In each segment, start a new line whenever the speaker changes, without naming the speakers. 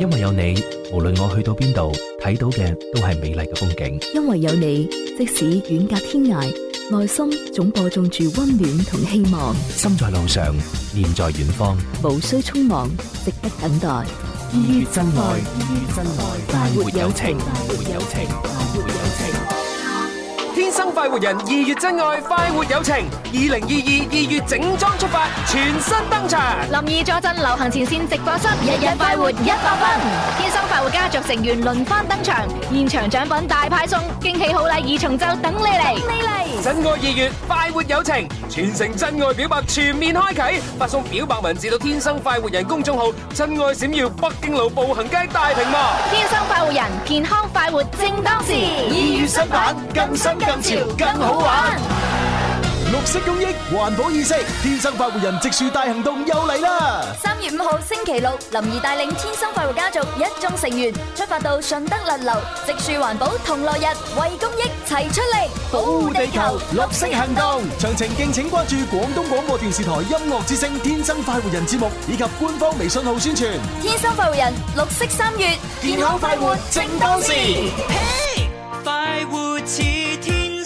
因為有你，無論我去到邊度，睇到嘅都係美麗嘅風景。
因為有你，即使遠隔天涯，內心總播種住溫暖同希望。
心在路上，念在遠方。
無需匆忙，值得等待。
醫於真愛，醫於真愛，
快活有情，
快活有情，
à,
快活有
天生快活人，二月真愛快活友情，二零二二二月整裝出發，全新登場。
林怡坐鎮流行前線直播室，日日快活一百分。天生快活家族成員輪番登場，現場獎品大派送，驚喜好禮二重奏等你嚟！你嚟！
真愛二月快活友情，全城真愛表白全面開啟，發送表白文字到天生快活人公眾號，真愛閃耀北京路步行街大屏幕。
天生快活人，健康快活正當時。
二月新版，更新更潮更好玩。
綠色公益，環保意識，天生快活人植樹大行動又嚟啦！
三月五號星期六，林怡帶領天生快活家族一眾成員出發到順德勒流植樹環保同樂日，為公益齊出力，
保護地球，綠色行動。詳情敬請關注廣東廣播電視台音樂之聲《天生快活人》節目以及官方微信號宣傳。
天生快活人，綠色三月，
健康快活正當時。
快活似天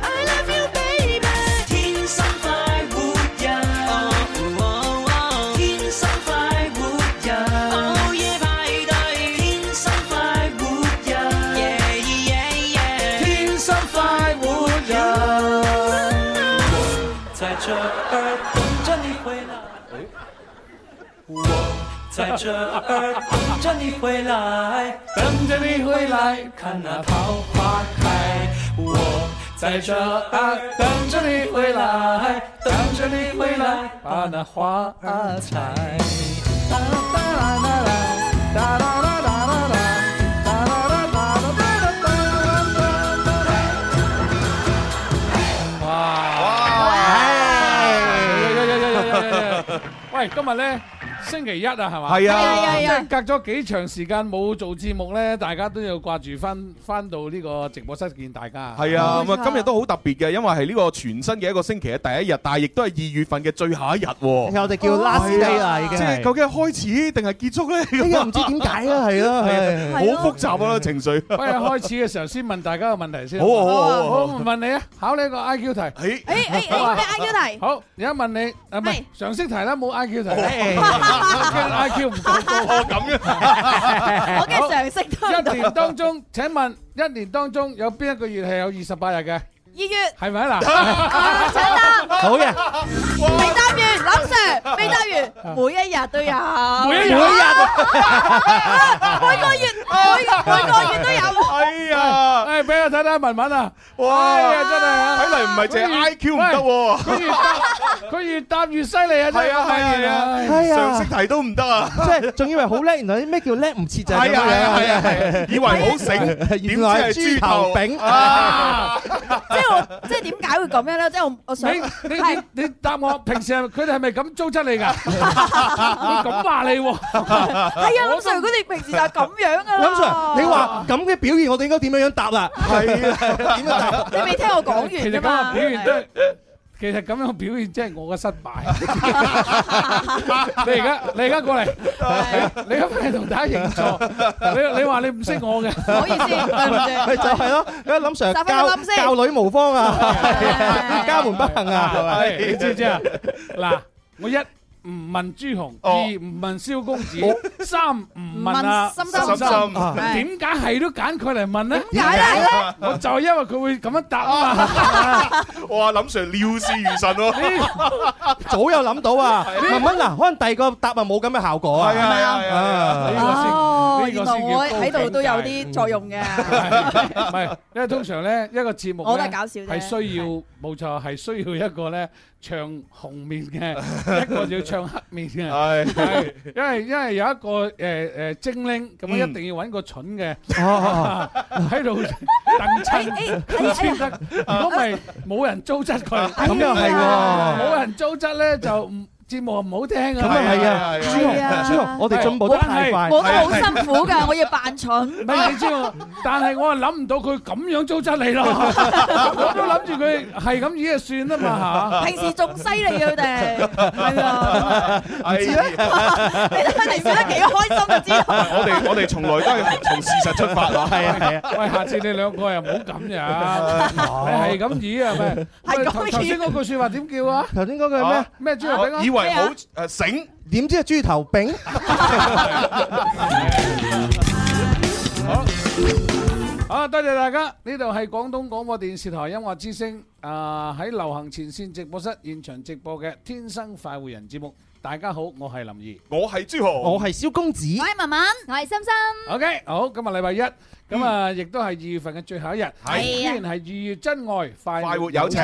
I love you baby，天生快活人，哦哦天生快活人，午夜派對，天生快活人，yeah yeah yeah，天生快活人。在这儿等着你回来。我在这儿等着你回来，等着你回来，看那桃花开。我在这儿等着你回来，等着你回来，把那花儿采。哒啦啦啦啦，哒啦啦啦啦啦，哒啦啦啦啦啦啦啦啦啦。
喂，今日咧星期一啊，係嘛？
係啊係啊係啊
即係隔咗幾長時間冇做節目咧，大家都要掛住翻翻到呢個直播室見大家。
係啊，咁啊今日都好特別嘅，因為係呢個全新嘅一個星期嘅第一日，但係亦都係二月份嘅最後一日喎。我
哋叫 last day 啦已經係
即係究竟係開始定係結束咧？
哎呀唔知點解啊係啊係啊
係好複雜啊情緒。
不如 開始嘅時候先問大家個問題先。
好啊好啊好啊好啊
我問你啊，考你一個 I Q 題。誒誒
誒咩 IQ 題
好，而家問你啊，唔係常識題啦，冇 I Q 題。I Q 唔夠 高。
哦咁
樣
我嘅常識都唔
一年當中，請問一年當中有邊一個月係有二十八日嘅？
二月
係咪啊
啊
嗱？
搶答
好嘅。
未答完，林 Sir 未答完，每一日都有，
每一日
每個月每個每個月都有。
哎呀，
誒俾我睇睇文文啊！哇，真係啊，
睇嚟唔係淨係 IQ 唔得喎
佢越 答佢越答越犀利啊！真
係
係
啊
發現
係啊係啊
係啊
常識題都唔得啊！
即係仲以為好叻，原來啲咩叫叻唔切就係咁樣
係啊係啊係啊係啊以為好醒
原來係豬頭炳
啊！
即係我，即係點解會咁樣咧？即係我，我想
你你你答我，平時係佢哋係咪咁糟質你㗎？佢咁話你喎，Ờ,
係啊，林 Sir 佢哋平時就係咁樣噶啦。
林 Sir，你話咁嘅表現，我哋應該點樣樣答啦？
係啊，
點樣答？
你未聽我講完
其實
㗎
咁嘅
嘛？
表現都係。其實咁樣表現即係我嘅失敗。你而家你而家過嚟，你而家過嚟同大家認錯。你你話你唔識我嘅，
唔好意 思，對唔住。
咪就係咯，因為林 Sir
答翻
教
個冧先
教女無 方啊，家門不幸啊，係咪？
你知唔知啊？嗱，我一唔問朱紅，二唔問蕭公子，三唔問啊
問心心
啊
點解係都揀佢嚟問咧？
點解咧？
我就係因為佢會咁樣答啊嘛。
哇，林 Sir 料事如神喎！
早有諗到啊，文文嗱，可能第二個答案冇咁嘅效果啊。
係啊係啊係
Ờ,
啊！
呢個先
哦，
呢個先
原來
叫
我喺度都有
高境
啲作用嘅。
唔係，因為通常咧一個節目
我都
咧
係搞笑啫
係需要冇錯係需要一個咧唱紅面嘅，一個要唱黑面嘅。
係
係因為因為有一個誒誒精靈咁啊，一定要揾個蠢嘅
哦
喺度蹬親佢先得，如果唔係冇人糟質佢。
咁又係喎。
冇人糟質咧就唔節目唔好聽啊！
咁啊係啊
係
朱紅
係啊
朱紅我哋進步得太快
我好辛苦㗎，我要扮
唔
蠢。
係你知我，但係我係諗唔到佢咁樣糟質你咯，我都諗住佢係咁嘢算啦嘛嚇。
平時仲犀利啊佢哋，
係啊，
係
你睇下你笑得幾開心就知啦。
我哋我哋從來都係從事實出發咯，係啊係
啊。喂，下次你兩個又唔好咁樣，係咁意啊咪？係咁頭先嗰句説話點叫啊？
頭先嗰句係咩？
咩豬頭炳啊？
以為好誒醒，
點知係豬頭炳？
好，多謝大家！呢度係廣東廣播電視台音樂之聲啊，喺流行前線直播室現場直播嘅《天生快活人》節目。大家好，我係林怡，
我係朱豪，
我係蕭公子。
我係文文，我係心心。
OK，好，今日禮拜一，咁啊，亦都係二月份嘅最後一日，
嗯係啊
依然係二月真愛快
快活有情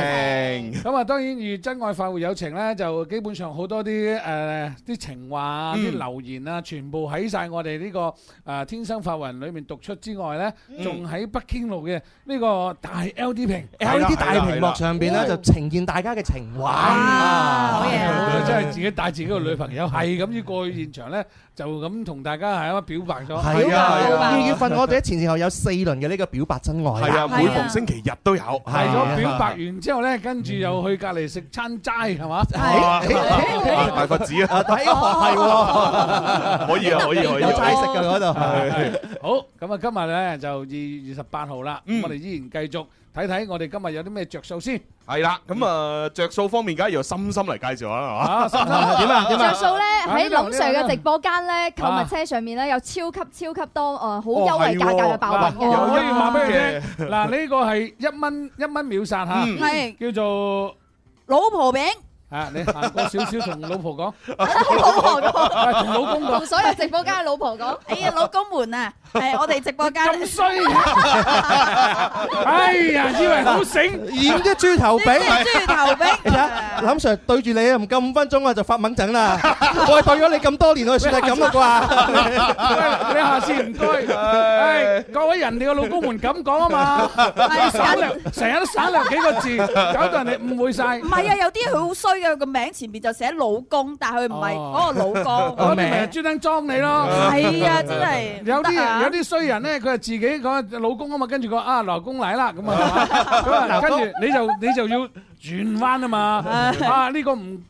咁啊，當然二月真愛快活有情咧，就基本上好多啲誒啲情話啊、啲
嗯
留言啊，全部喺晒我哋呢個誒天生快活人裏面讀出之外
嗯
咧，仲喺北京路嘅呢個大 LD 屏
LED 大屏幕上邊咧就呈現大家嘅情懷。啊
我真係自己帶自己個女朋友，係咁要過去現場咧，就咁同大家係咁表白咗。
係啊，二月份我哋喺前前後有四輪嘅呢個表白真愛。
係啊，每逢星期日都有，係
係咗表白完之後咧，跟住又去隔離食餐齋係嘛？
啊大佛寺啊，
睇喎
可以啊，可以可以，
有齋食㗎嗰度
係
好，咁啊，今日咧就二月二十八號啦，咁我哋依然繼續睇睇我哋今日有啲咩着數先。
係啦，咁啊着數方面，梗係由心心嚟介紹啦，
啊
係
心
嘛？
心
點啊點啊？
着數咧喺林 Sir 嘅直
播。
播間咧，購物車上面咧有超級超級多誒好優惠價格嘅爆品嘅。
我可以話俾佢聽，嗱呢個係一蚊一蚊秒殺嚇，叫做
老婆餅。
啊，你行過少少同老 婆講，
老婆
講，同老公
同
講。
所有直播間嘅老婆講：哎呀，老公們啊，係我哋直播間咁
衰，哎呀，以為好醒，
染咗豬頭炳，
豬頭炳。
你睇下林 Sir 對住你唔夠五分鐘我就發猛整啦。我係對咗你咁多年，我算係咁 啦
喂，你下次唔該，誒各位人哋嘅老公們咁講啊嘛，你省略成日都省略幾個 字，搞到人哋誤會晒。
唔係啊，有啲佢好衰嘅，個名前面就寫老公，但係佢唔係嗰個老公。
我啲咪專登裝你咯，
係啊真係
有
唔得啊
啲有啲衰人咧，佢係自己講老公啊嘛，跟住講啊老公嚟啦咁啊，咁啊跟住你就你就要轉彎啊嘛，啊呢個唔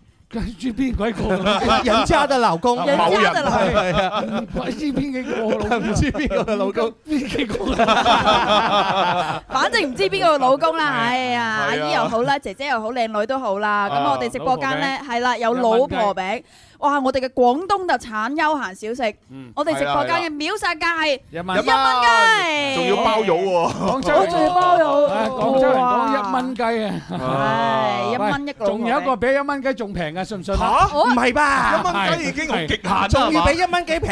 知邊鬼個，
啩。人家嘅老公，
人家
係
的老公
係啊，
唔鬼知邊幾個老公，
唔知邊個嘅老公，
邊幾個
反正唔知邊個老公啦，哎呀，阿
係啊
姨又好啦，姐姐又好，靚女都好啦。咁
啊
我哋直播間咧
老，婆
係啦，有老婆餅，哇！我哋嘅廣東特產休閒小食
嗯，
我哋直播
係
間
啦係
嘅秒殺價係
一
蚊
一蚊雞，
仲要包肉喎，
廣州
我仲要包肉，
唉廣州人講一蚊雞啊，
唉一蚊一個
仲有一個比一蚊雞仲平嘅，信唔信
嚇
啊？
唔係吧？
係係
仲要俾一蚊幾平？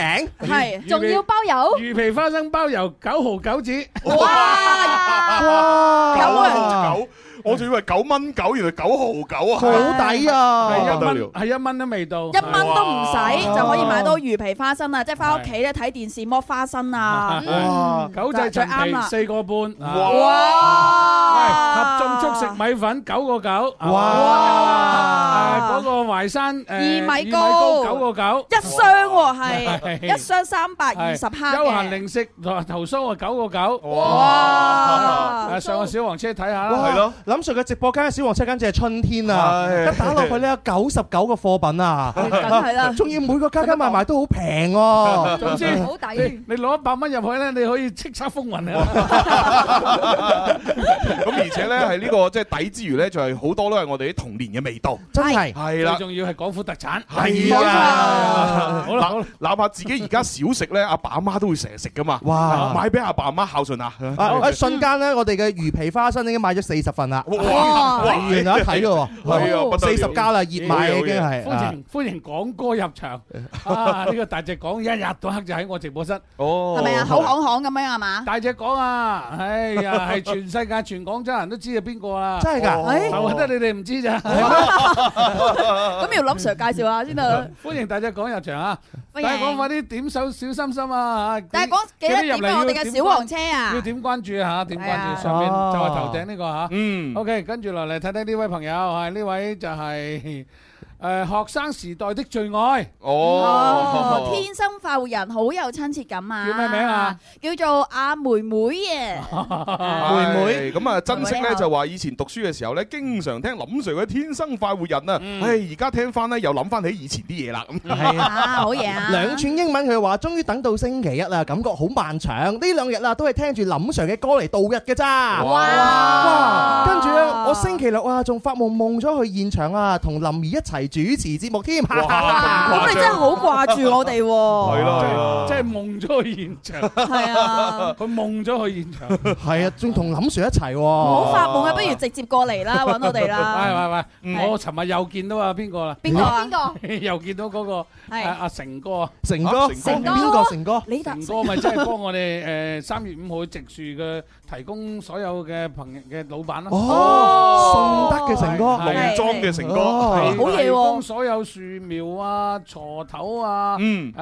係
仲要包郵，
魚皮花生包郵九毫九子，
哇！
九我仲以為九蚊九，原來九毫九啊！
好抵啊
係一
不得了
蚊係一蚊都未到，
一蚊都唔使就可以買到魚皮花生啦，即係翻屋企咧睇電視剝花生啊！
哇！九隻
就
陳
啱
皮
啦
四個半，
哇！
合眾速食米粉九個九，
哇！
嗰個淮山誒
薏米糕
九個九，
一箱 喎係
係
一箱三百二十克
係休閒
嘅，
零食同頭酥啊九個九，
哇
啊上個小黃車睇下啦，
哇， 林 Sir 嘅直播間小黃車簡直係春天啊！
係
一打落去咧， 有九十九個貨品啊，
梗係啦
仲要每個加加埋埋都好平 喎。啊
總之
好
抵
你你攞一百蚊入去咧，你可以叱咤 風雲啊！
咁而且咧係呢個即係抵之餘咧，就係好多都係我哋啲童年嘅味道，
真係
係啦
最。重要係廣府特產，
係啊，
好啦，
哪哪怕自己而家少食咧，阿爸阿媽都會成日食噶嘛。
哇
買俾阿爸阿媽孝順啊！
啊！啊瞬間咧，我哋嘅魚皮花生已經買咗四十份啦，
哇哇
原來一睇咯
係啊不
喎，
得了
四十加啦，熱買已經係。
歡迎歡迎港哥入場 啊！呢個大隻講一日到黑就喺我直播室，
哦
係咪啊？口巷巷咁樣係嘛？
大隻講啊，哎 呀，係全世界全廣州人都知係邊個啦，
真係㗎
哦就係得你哋唔知 咋。
咁要林 Sir 介紹下先得。
歡迎大隻講入場啊！大
歡迎
家講快啲點手小心心啊！
但係講幾多點啊？我哋嘅小黃車啊
要！點關注啊？點關
係啊
注上面就係頭頂呢個嚇。
嗯。
OK，跟住落嚟睇睇呢位朋友，係呢位就係誒诶學生時代的最愛。
哦，天生快活人，好有親切感啊！
叫咩名啊？
叫做阿妹妹啊！
妹妹咁啊，珍惜咧就話以前讀書嘅時候咧，經常聽林 Sir 嘅《天生快活人》啊，
嗯
唉，而家聽翻咧又諗翻起以前啲嘢 啦，咁
係啊
好嘢啊！
兩串英文佢話：終於等到星期一啦，感覺好漫長。呢兩日啦，都係聽住林 Sir 嘅歌嚟度日嘅咋。
哇
哇跟住咧，我星期六啊，仲發夢夢咗去現場啊，同林兒一齊主持節目添。
咁你真係好掛住我哋喎。
係咯係
咯
咯，
即係夢咗去現場。
係啊，
佢夢咗去現場。
係啊，仲同林 Sir 一齊喎。
唔好發夢啊，
哦
不如直接過 嚟啦，揾我哋啦。
喂，
嗯
喂，喂，我尋日又見到啊邊個啦？
邊個啊邊
又見到嗰個啊
係
阿成哥啊，
成哥成哥邊個成哥
李達
成 哥咪真係幫我哋誒三月五號植樹嘅提供所有嘅朋友嘅老闆啦。
哦，順德嘅成哥，
係
莊嘅成哥
哦
提供所有樹苗啊、鋤頭啊、誒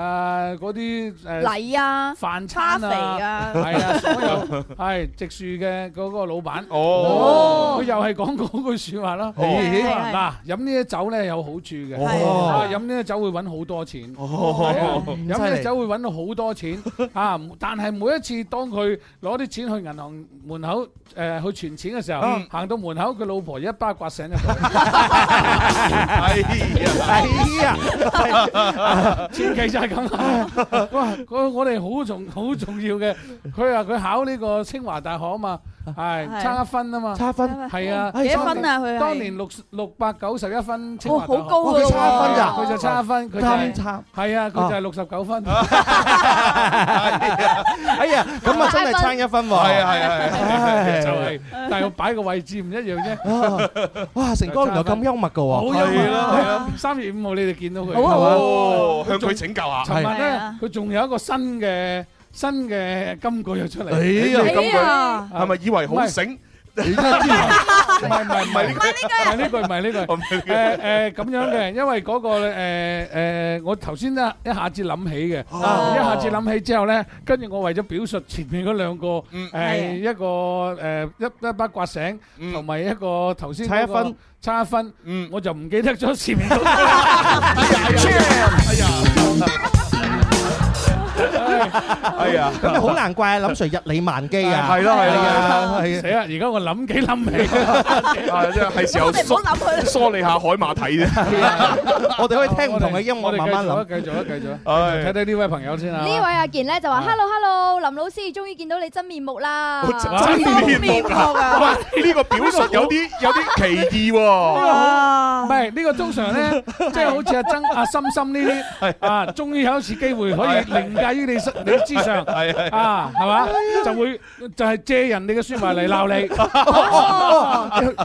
嗰啲誒
禮啊，
飯餐
花肥啊
係啊，所有係植樹嘅嗰個老闆。
哦
佢又係講嗰句説話啦。
哦係係
嗱，飲呢啲酒咧有好處嘅。
哦
啊飲呢啲酒會揾好多錢。係啊
哦
飲呢啲酒會揾到好多錢啊！但係每一次當佢攞啲錢去銀行門口誒去存錢嘅時候
嗯，
行到門口，佢老婆一巴刮醒咗佢。
係
啊，
千祈就係咁啦。哇！嗰我哋好重好重要嘅，佢話佢考呢個清華大學啊嘛，係
係
差一分啊嘛，
差一分
係啊，
幾多分啊佢係
當年六六百九十一分清華大學，
哦好高㗎喎哇佢差一分
Ờ.
咋
佢就差一分，佢就係
咁差，
係啊，佢就係六 十九分。
哎呀，咁啊真係差一分喎。
係啊係啊
唉
就係，但係我擺個位置唔一樣啫。
啊 哇，成哥原來咁幽默嘅喎。
好幽默
啦係啦，
三月五號你哋見到佢，
好啊好啊
哦向佢請教下
尋日
係
咧，佢仲有一個新嘅新嘅金句又出嚟。
哎呀
à.
哎呀金句
啊
係咪以為好醒？
你真係知啊唔係唔係唔係呢
à.
句，唔係呢句，唔係呢句。誒誒咁樣嘅，因為嗰個誒誒，我頭先咧一下子諗起嘅，
哦
一下子諗起之後咧，跟住我為咗表述前面嗰兩個誒一個誒一一把刮醒，同埋一個頭先
差一
嗰個
分
差一分，我就唔記得咗前面嗰個。
係啊，
咁你好難怪啊林 Sir 日理萬機啊。
係咯係
係
咯
啊
死啦！而家我諗幾諗 起，
啊，真係係時候梳梳理下海馬體啫。
我哋可以聽唔 同嘅音樂
我哋
慢慢諗。
繼續啦，繼續啦，繼續啦。
唉
睇睇呢位朋友先啊。
呢位阿健咧就話：Hello Hello，林老師終於見到你真面目啦！
真面目啊！喂，呢個表述有啲有 啲奇異喎。
啊
唔係呢個通常咧，即係好似阿曾、阿心心呢啲啊，終於有一次機會可以凌駕於你身你之上，
係係
啊，係嘛？就會就係借人哋嘅説話嚟鬧你。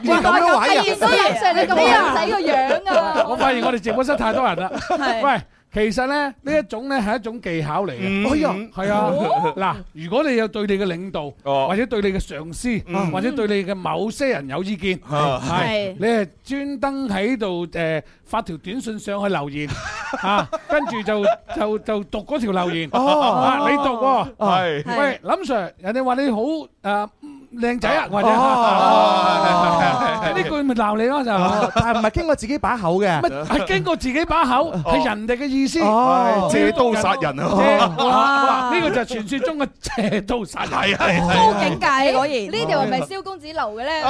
原來咁樣玩
係所以林 Sir 你咁靚仔個樣啊！
我發現我哋直播室太多人啦。
係
喂，其實咧呢一種咧係一種技巧嚟嘅。
嗯哎呀
係啊， 嗱，如果你有對你嘅領導，
哦
或者對你嘅上司，或者對你嘅某些人有意見，
啊
係你係專登喺度誒發條短信上去 留言啊，跟住就就就讀嗰條留言。
哦
啊，你讀喎。
係
喂，林 Sir，人哋話你好誒靚仔啊，或者
哦
呢句咪鬧你咯就。
哦但係唔係經過自己把口嘅。
啊
乜係經 過自己把口，係人哋嘅意思。
哦
借刀殺人啊！
哇哇！呢個就係傳説中嘅借刀殺人。
係係係
高境界果然。
呢條係咪蕭公子留嘅咧？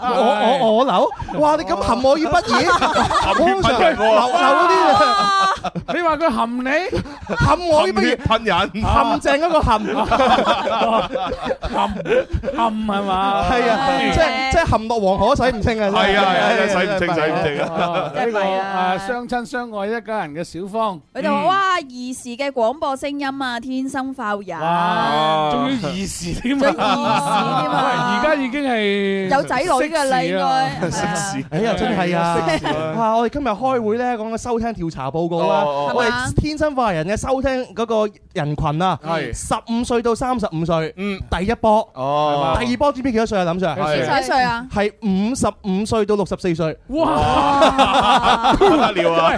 我我我留？哇！你咁含我於不 義，我通常留留嗰
你話佢含你，
啲含我於不義，
噴人，
陷阱嗰個 含。
含含係嘛？
係啊，即係即係含落黃河洗唔清啊！
係啊係啊，使唔清使唔清啊！
哦呢
真係
個
弊啊
誒相親相愛一家人嘅小芳，
佢就話：哇，兒時嘅廣播聲音啊，天生快活人。
哇，仲要兒時添啊！
仲要兒時添
而
啊
家已經係
有仔女㗎啦，
識
應
時啊
該係啊
Ờ.
哎
à,
呀，真係啊
識時！啊
哇，我哋今日開會咧講個收聽調查報告啦，
哦哦
我
係嘛
哋天生化人嘅收聽嗰個人群啊，
係
十五歲到三十五歲，
嗯，
第一波，
哦，
第二波知唔知幾多歲啊？林 Sir
係
幾歲啊？
係五十五歲到六十四歲，
哇！
不得了啊！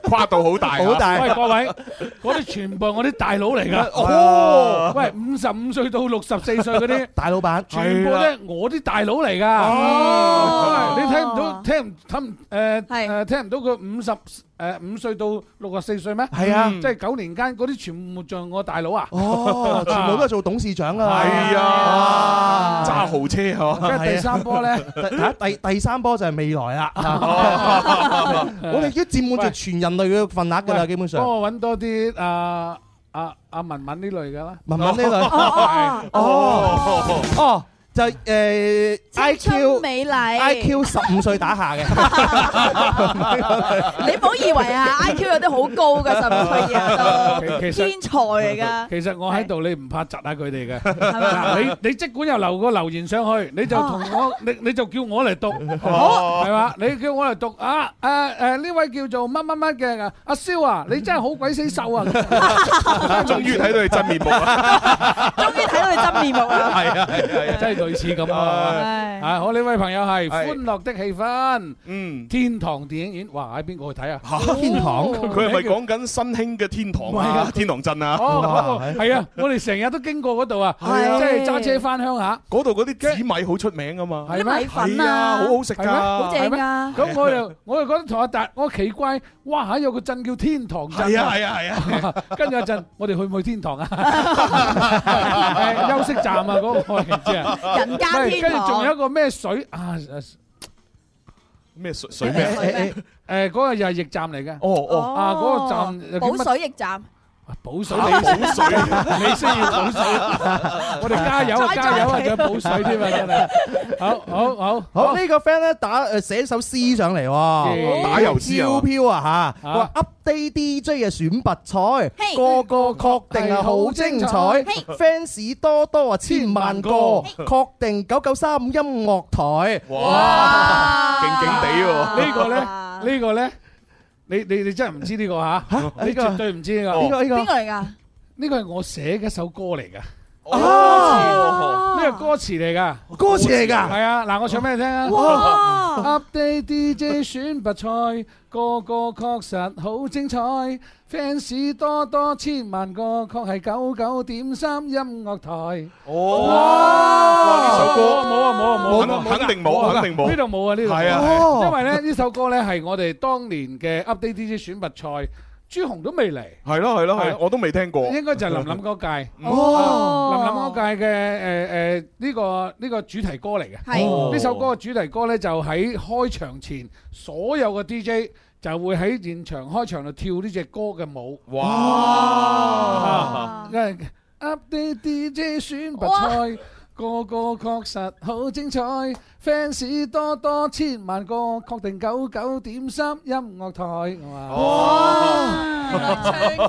跨度好大，
好大
喂，各位，嗰啲全部係我啲大佬嚟㗎。
哦，
喂，55歲歲到六十四歲嗰啲
大老闆，
全部都係我啲大佬嚟㗎。
哦
你睇唔到聽唔睇唔誒誒聽唔到佢五十誒五歲到六十四歲咩？
係啊
即係九年間嗰啲全部像我大佬啊！
哦，全部都係做董事長啦。
係
哇
啊
揸豪車啊係嘛
跟住第三波呢
係啊第第三波就係未來啦。
哦
我哋已經佔滿住全人類嘅份額㗎啦，基本上
幫。我揾多啲啊啊啊文文呢類㗎啦，
文文呢類
係
哦哦，就誒 I Q
美麗
I Q 十五歲打下嘅，
你唔好以為啊，IQ 有啲好高嘅，十五歲 嘢都
其其實
天才 嚟㗎。
其實我喺度，你唔怕窒下佢哋嘅。
嘛
嗱你你即管又留個留言上去，你就同我，你你就叫我嚟讀，
好
係嘛？你叫我嚟讀啊！誒誒，呢位叫做乜乜乜嘅阿蕭啊，你真係好鬼死瘦啊！
終於睇到你真面目啊！
睇到你真面目啦。
係啊係啊，
真係類似咁啊！啊，好呢位朋友係
係
歡樂的氣氛，
嗯，
天堂電影院，哇！喺邊個去睇啊？
天堂
佢係咪講緊新興嘅天堂
唔係
啊
啊？
天堂鎮啊？
哦，嗰個係啊！我哋成日都經過嗰度啊，即係揸車翻鄉下。
嗰度嗰啲紫米好出名噶嘛，
係咩？
係
à,
啊，好好食
係咩
㗎，好
係咩咁我又我又覺得同阿達，我奇怪，哇嚇有個鎮叫天堂
Dạ,
係
鎮。
à,
啊係啊係
啊！跟住阿陣，我哋去唔去天堂啊？
à.
係休息站啊，嗰個我唔知啊。
人間天堂
喂跟住仲有一個咩水啊？誒
咩水水咩
誒誒誒嗰個又係驛站嚟嘅。
哦
哦
啊嗰個站又叫乜
保水驛站，
補水，
啊補水
你先要補水。我哋加油啊！
再
加油啊！
再
仲有補水添啊！真係好好好
好呢個 friend 咧打誒寫首詩上嚟喎，
咦打油詩
飄
啊
飄啊嚇，
啊
佢話 update DJ 嘅選拔賽，個個確定係好精彩，fans 多多啊千萬個，確定九九三音樂台，
哇，勁勁地喎！
呢個咧，呢個咧，你你你真係唔知呢個吓，你絕對唔知呢個。
呢個呢個
邊個嚟㗎？
呢個係我寫嘅一首歌嚟㗎，
哦，
呢個歌詞嚟㗎，
歌詞嚟㗎
係啊，嗱，我唱俾你聽啊。
哇
！Update DJ 選拔賽，個個確實好精彩，fans 多多千萬個，確係九九點三音樂台。
哇！呢首
冇
歌
啊冇啊冇啊冇啊，
肯肯定冇，肯定冇
呢度。冇啊呢度冇
係
啊。
啊
係
因為咧呢首歌咧係我哋當年嘅 Update DJ 選拔賽，朱紅都未嚟。
係咯係咯係
係
咯，我都未聽過。
應該就係林林嗰屆，
哦
林林嗰屆嘅誒誒呢個呢個主題歌嚟
係
哦
嘅，呢首歌嘅主題歌呢，就喺開場前，所有嘅 DJ 就會喺現場開場度跳呢只歌嘅舞，
哇！
啊因為 Update DJ 選拔賽。個個確實好精彩，fans 多多千萬個，確定九九點三音樂台，係嘛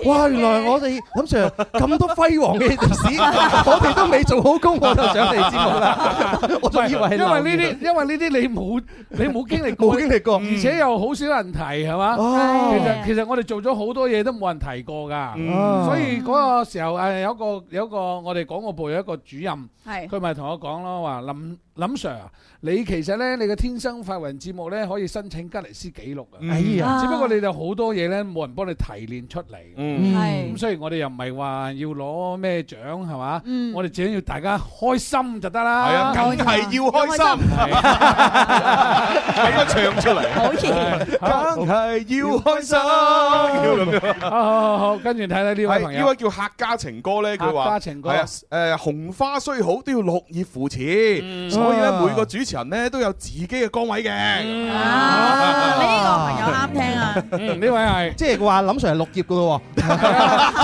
哇！原來我哋諗住咁多輝煌嘅歷史，我哋都未做好功，我就上嚟節目啦。我仲以為係
因為
留
呢
言
啲，因為呢啲 你冇你冇經歷過，
冇經歷過
而且又好少人提，係嘛？
哦
其實其實我哋做咗好多嘢都冇人提過㗎，
啊
所以嗰個時候誒有一個有一個我哋廣告部有一個主任，
係
佢咪同我講咯，話林林 Sir，啊你其實咧你嘅天生發雲節目咧可以申請吉尼斯紀錄
嗯
啊，
哎呀，
只不過你哋好多嘢咧冇人幫你提煉出嚟。
嗯，
係
嗯
咁雖然我哋又唔係話要攞咩獎係嘛，
嗯
我哋最緊要大家開心就得
係
啦。
啊，梗係要開心， 係應該唱出嚟。
好嘢，
梗係要開心，咁樣。
好好好好， 跟住睇睇呢位
係
朋
呢
友
位。叫客家情歌咧，佢話
客家情歌
係啊，誒紅花雖好都要落葉扶
嗯
持，所以咧
啊
每個主持人咧都有自己嘅崗位嘅。
啊呢個朋友啱聽啊！
嗯，呢位係
即係話林 Sir 係綠葉噶咯喎，真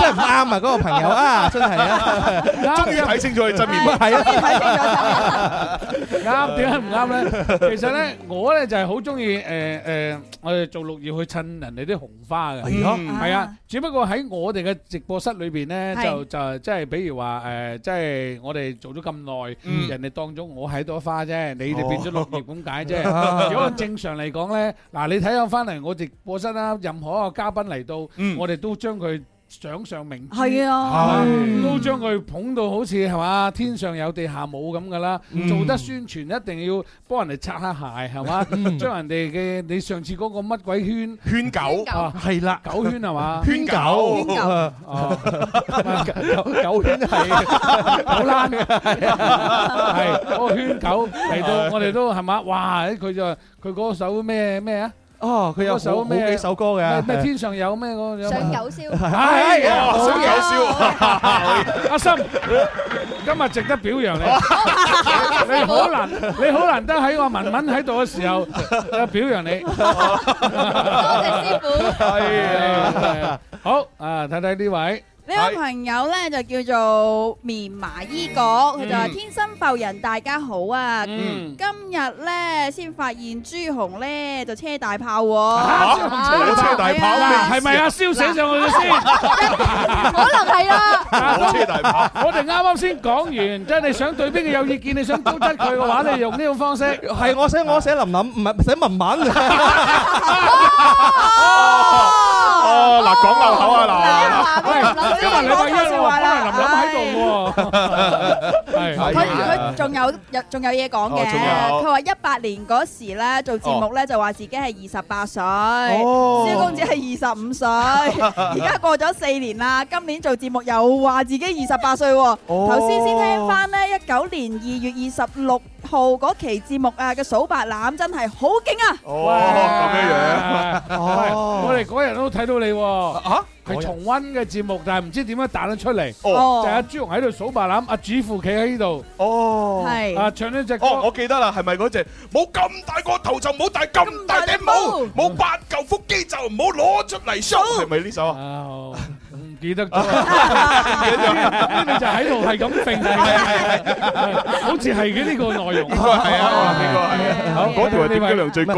係唔啱啊！嗰個朋友啊，真係啊，
終於睇清楚佢真面目。
係啊，
睇清楚晒
啱，點解唔啱咧？ 其實咧，我咧就係好中意誒誒，我哋做綠葉去襯人哋啲紅花
哎
嘅。
係啊
係啊，只不過喺我哋嘅直播室裏邊咧，
嗯係
就就即係比如話誒，即係我哋做咗咁耐，
嗯
人哋當咗我係朵花啫，你
哦
哋變咗綠葉咁解
啊
啫。如果正常嚟講咧，嗱你睇我翻嚟我直播室啦，任何一個嘉賓嚟到，我哋都將佢掌上明珠，
嗯係啊
係
嗯
嘛都將佢捧到好似係嘛天上有地下冇咁噶啦。
嗯
做得宣傳一定要幫人哋擦下鞋係嘛，將人哋嘅你上次嗰個乜鬼圈
圈狗
啊，
係啦，
狗圈係嘛，
圈狗圈狗
哦狗狗圈係狗欄嘅，係嗰個圈狗嚟到我哋都係嘛，哇！佢就佢嗰首咩咩啊？
哦，佢有
嗰首
好好
咩
幾首歌嘅
咩咩天上有咩嗰有
上九霄
係啊
哦上
阿
九
心，今日值得表揚你，你好難你好難得喺我文文喺度嘅時候呃表揚你，多
謝師傅
係啊，好啊，睇睇呢位。
呢位朋友咧就叫做棉麻衣角，佢就話：
嗯
天生浮人，大家好啊！
嗯
今日咧先發現朱紅咧就車大炮喎，
啊
車大炮
係啊
係咪阿蕭寫上去嘅先？
可能係啦。
我車大炮。我哋啱啱先講完，即係你想對邊個有意見，你想高質佢嘅話，你用呢種方式。
係我寫我寫林林，唔係寫文文。
哦，嗱，講漏口啊，
喂，今日禮拜一
講笑
喎，
話啦
可能林林喺度喎。
佢佢仲有有仲有嘢講嘅，
啊哦仲有
佢話一八年嗰時咧做節目咧就話自己係二十八歲，
哦
蕭公子係二 十五歲，而家過咗四年啦，今年做節目又話自己二十八歲喎。
哦
頭先先聽翻咧一九年二月二十六號嗰期節目啊嘅數白欖真係好勁啊！
哦，啊咁樣樣。我哋嗰日都睇到你喎。嚇？係重温嘅節目，但係唔知點樣彈得出嚟。
哦
就係阿朱紅喺度數白欖，阿主父企喺呢度。
哦
係
啊，唱呢只歌。
哦，我記得啦，係咪嗰只冇咁大個頭就唔好戴咁大頂帽，冇八嚿腹肌就唔好攞出嚟 show，係咪呢首啊？
唔記得咗。 呢你就喺度係咁揈，好似係嘅呢個內容。應該係啊，應該
Ờ,
係。好，
嗰條係點擊量最高。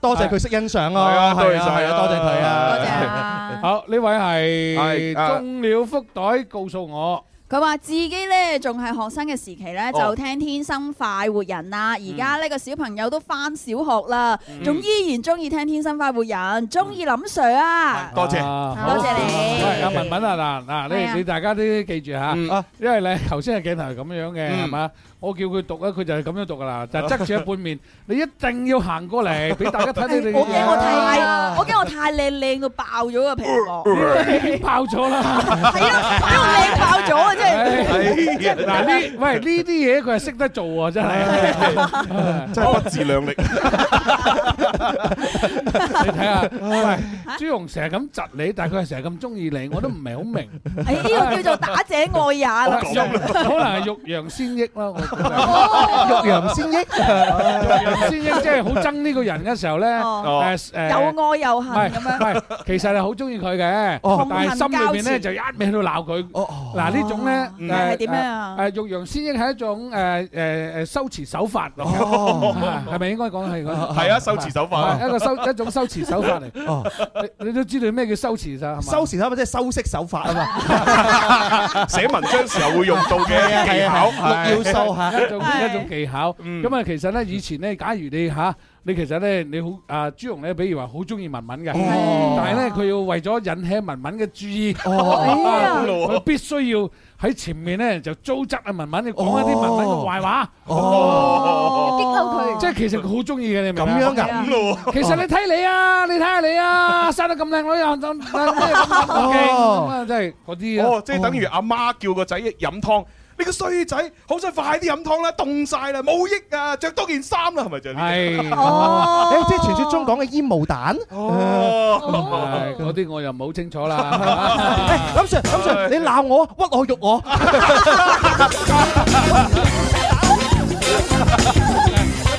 多謝佢識欣賞咯，
係啊多謝晒啊
係啊多謝佢啊，
多謝啊
好，呢位係
係啊
中了福袋，告訴我。
佢話自己咧仲係學生嘅時期咧，
哦
就聽《天生快活人》啦。而家呢個小朋友都翻小學啦，仲依然中意聽《天生快活人》，中意林 Sir 啊！
多謝，
多謝你
喂，阿文文啊，嗱嗱，
係啊
你你大家都記住嚇
嗯，
因為咧頭先嘅鏡頭係咁樣嘅，
嗯
係嘛？我叫佢讀咧，佢就係咁樣讀噶啦，就係側住一半面，你一定要行過嚟俾大家睇 你哋嘅嘢。啊
我驚我啊太，我驚我太靚靚到爆咗個屏幕，
已經爆咗啦！
啊
哎
靚爆咗啊！真哎係
嗱呢，喂呢啲嘢佢係識得做喎，真 係
真係不自量力。
你睇下，
啊
喂，朱紅成日咁窒你，但係佢係成日咁中意你，我都唔係好明。
哎呢個叫做打者愛也啦。林 Sir
可能係欲揚先抑啦，我覺得
欲揚先抑，
欲揚先抑即係好憎呢個人嘅時候咧，
哦
誒誒
又愛又
唔
恨
係
咁
唔
樣。
係，其實係好中意佢嘅，
哦
但係心裏面咧
同恨交戰
就一味喺度鬧佢。嗱呢種咧
係
誒
點樣啊
誒欲揚先抑係一種誒誒誒修辭手法，
哦
係咪應該講係嗰種？
係啊修辭手法
係一個修一種修辭手法嚟。
哦，
你你都知道咩叫修辭咋？係嘛
修辭手法即係修飾手法啊嘛，
寫文章時候會用到嘅技巧，
六要素嚇。
一種一種技巧。咁啊，其實咧，以前咧，假如你嚇你其實咧，你好啊朱紅咧，比如話好中意文文嘅，但係咧佢要為咗引起文文嘅注意， 啊佢必須要喺前面咧就糟質啊文文，你講一啲文文嘅壞話，激嬲佢。即係其實佢好中意嘅，你明唔明啊
咁樣㗎咁咯
其實你睇你啊，你睇下你啊，生得咁靚女又咁咁咁
哦
咁啊，真係嗰啲啊
哦，即係等於阿媽叫個仔飲湯。你個衰仔，好想快啲飲湯啦，凍晒啦，冇益啊，着多件衫啦，係咪就
係
Ờ. 誒，即係傳説中講嘅煙霧彈。Ờ.
唉嗰啲我又唔好清楚啦。
哎林 Sir，林 Sir，你鬧我，屈我，辱我。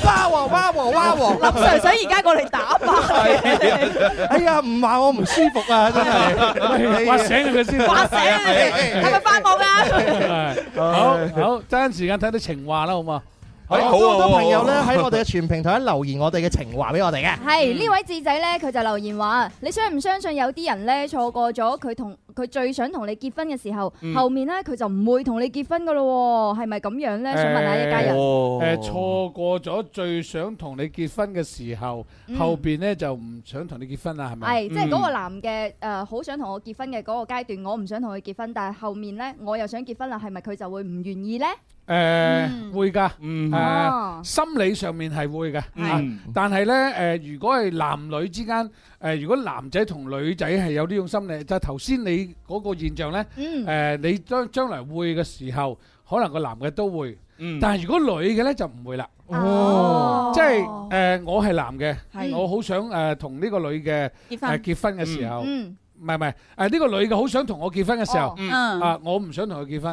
哇喎哇喎哇喎，
林 Sir 想而家過嚟打爆你。
哎呀，唔話我唔舒服啊，真係。
挖醒佢先
哇醒你哋係咪發夢啊？
好好，爭時間睇到情話啦，好嘛？
哎好啊好多朋友咧喺我哋 嘅全平台留言我哋嘅情話俾我哋嘅。
嗯
係呢位智仔咧，佢就留言話：你相唔相信有啲人咧錯過咗佢同佢最想同你結婚嘅時候，
嗯
後面咧佢就唔會同你結婚噶咯喎，係咪咁樣咧？想問下一家人。
哦
誒錯過咗最想同你結婚嘅時候，
嗯
後邊咧就唔想同你結婚啦，係咪？
係，即係嗰個
嗯。
男嘅誒，好想同我結婚嘅嗰個階段，我唔想同佢結婚，但係後面咧，我又想結婚啦，係咪佢就會唔願意咧？
Ừ.
誒會㗎，
哦
Ờ.
誒 À, 心理上面係會嘅，
係
啊但係咧誒，如果係男女之間，誒如果男仔同女仔係有呢種心理，就係頭先你嗰個現象咧，誒你將將來會嘅時候，可能個男嘅都會，但係如果女嘅咧就唔會啦。
哦
即係誒我係男嘅
係，
我好想誒同呢個女嘅
結
誒
婚
結婚嘅時候。
嗯
唔係唔係，誒呢個女嘅好想同我結婚嘅時
哦
候，
嗯
啊我唔想同佢結婚，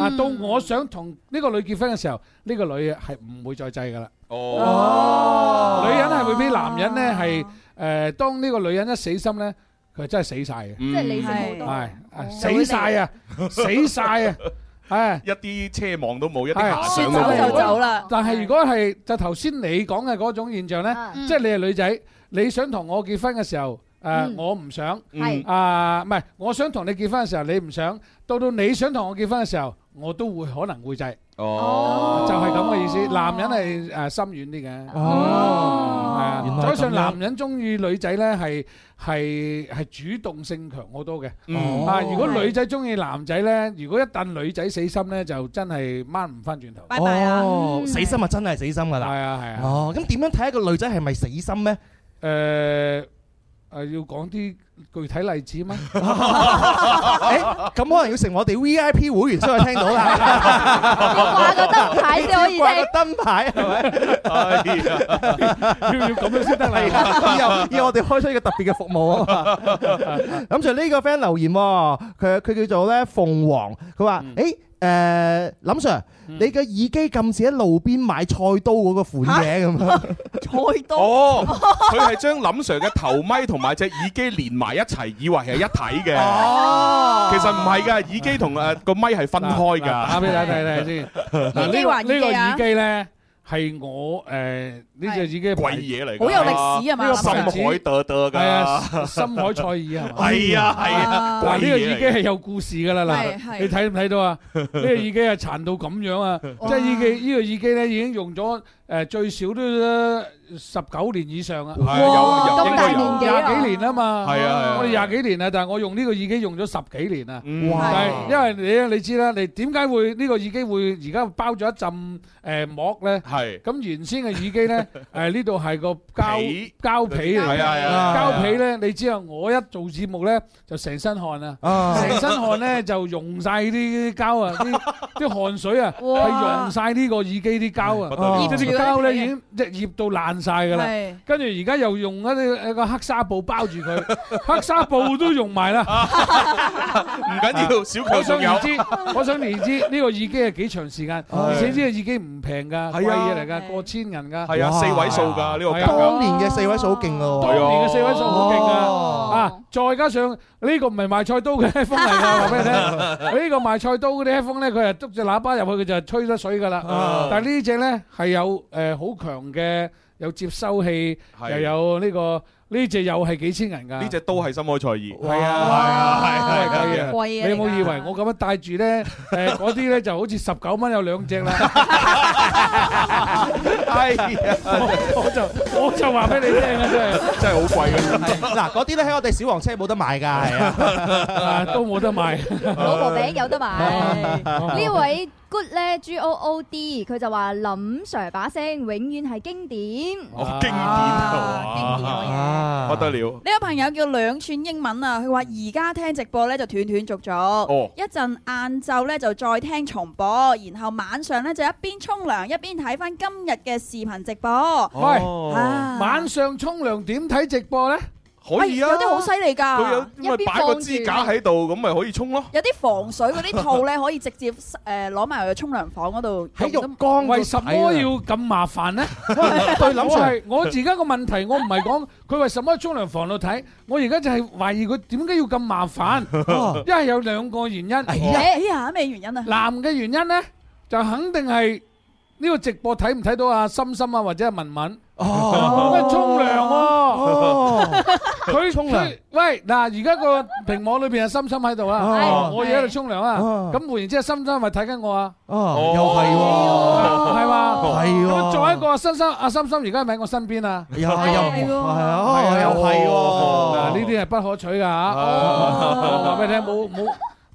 啊到我想同呢個女結婚嘅時候，呢個女係唔會再制㗎啦。哦，女人係會俾男人呢係誒，當呢個女人一死心呢，佢真係死晒嘅。
即
係理性好多
係啊
就會
死晒啊，死 晒啊！唉，
一啲奢望都冇，一啲
係
遐想都冇。
啦。但係如果係就頭先你講嘅嗰種現象咧，即係你係女仔，你想同我結婚嘅時候。誒，我唔想，
係
啊，唔係，我想同你結婚嘅時候，你唔想，到到你想同我結婚嘅時候，我都會可能會制，
哦，
就係咁嘅意思。男人係誒心軟啲嘅，
哦
係啊，再加上男人中意女仔咧係係係主動性強好多嘅，
嗯
啊，如果女仔中意男仔咧，如果一旦女仔死心咧，就真係掹唔翻轉頭。
哦，死心啊，真係死心㗎啦。係
啊，係啊。
哦，咁點樣睇一個女仔係咪死心咧？
誒誒，要講啲具體例子 嗎？
誒，咁可能要成我哋 V I P 會員先可以聽到啦。
掛個燈牌先可以聽。
掛 個燈牌係咪？
要要咁樣先得
係啊要要我哋開出一個特別嘅服務啊嘛。咁就呢個 friend 留言喎，佢佢叫做咧鳳凰，佢話誒。誒、林 Sir，、你嘅耳機咁似喺路邊買菜刀嗰個款嘅咁 啊，
菜 刀
哦，佢係將林 Sir 嘅頭咪同埋隻耳機連埋一齊，以為係一體嘅。
哦
其實唔係㗎，耳機同誒個咪係分開㗎。
打俾大家 睇睇先。 嗱呢
機
個
還
呢個
耳機啊
耳機咧係我誒呢隻耳機
貴嘢嚟㗎
好有歷史啊嘛
呢個
深
牌子
海得得㗎
係啊，深海賽爾 係嘛？
係啊係啊
嗱呢個
貴嘢嚟
耳機係有故事㗎啦
係
嗱，
係
你睇唔睇到 啊？呢個耳機係殘到咁樣啊！即係耳機呢個耳機咧已經用咗誒最少都十九年以上啊！
係有有哇咁大應該有年紀啊
廿幾年啊嘛！
係啊係啊
我哋廿幾年啊，但係我用呢個耳機用咗十幾年啊！
哇
但係因為你你知啦，你點解會呢個耳機會而家包咗一浸誒膜咧？
係
咁原先嘅耳機 咧誒呢度係個膠
皮
膠皮嚟嘅，
係啊係啊
膠皮咧你知啊，我一做節目咧就成身汗啊
啊，
成身汗咧就溶晒啲膠啊， 啲啲汗水啊
哇
係溶晒呢個耳機啲膠
不得了
啊，即係啲膠咧已經即係醃到爛晒㗎啦
係，
跟住而家又用一啲一個黑紗布包住佢， 黑紗布都溶埋啦。
唔緊要，小
我
強
想
仲有
而。知，我想而知呢個耳機係幾長時間，而且呢個耳機唔平㗎，貴
係啊
嘢嚟㗎，過千銀㗎。
係啊，四位數㗎呢個價格。
當年嘅四位數好勁
啊
啊咯，
當年嘅四位數好勁
哦
啊！啊，再加上呢個唔係賣菜刀 嘅 headphone 嚟㗎，話俾你聽。呢個賣菜刀嗰啲 headphone 咧，佢係篤住喇叭入去，佢就吹咗水㗎啦
啊。
但係呢只咧係有誒好強嘅有接收器，
係
又有呢個呢只又係幾千銀㗎。
呢只都係深海賽爾。係
係啊，
啊，係
係
啊，
啊，你有冇以為我咁樣戴住咧？ 誒，嗰啲咧就好似十九蚊有兩隻啦。
啊
我我就我就話俾你聽啊，真係。
真係好貴嘅。
嗱，嗰啲咧喺我哋小黃車冇得買㗎，係
啊，都冇得賣。
老婆餅有得
哦
買。呢位 Good 咧 G O O D，佢就話林 Sir 把聲永遠係經典。
哦，經典啊！哇不得了。
呢個朋友叫兩串英文啊，佢話而家聽直播咧就斷斷續續，一陣晏晝咧就再聽重播，然後晚上咧就一邊沖涼一邊睇翻今日嘅視頻直播。
喂，
啊
晚上沖涼點睇直播咧？
可以啊
有啲好犀利㗎
佢有咪
一邊
擺個
放
支
住
架喺度，咁咪可以沖咯。
有啲防水嗰啲套咧，可以直接誒攞埋去沖涼房嗰度喺浴
缸
為什麼要咁麻 煩呢？
對林 Sir
我係我而家個問題，我唔係講佢為什麼喺沖涼房度睇，我而家就係懷疑佢點解要咁麻煩
哦。
一係有兩個原因。
哎呀，咩原因啊？
男嘅原因咧，就肯定係呢個直播睇唔睇到啊，心心啊或者係文文。
哦
喂，沖涼喎，
哦。
佢
沖涼
佢喂嗱，而家個屏幕裏邊係心心喺度啊，
哦
我而家喺度沖涼啊
哦，
咁換言之，心心係咪睇緊我啊？
哦，又係喎，
係嘛？
係喎
咁作為一個心心阿心心，而家係咪喺我身邊啊？
又係又係喎
係啊
又係
嗱，
喎
呢啲係不可取啊噶嚇，
Ờ.
我話俾你聽，冇冇。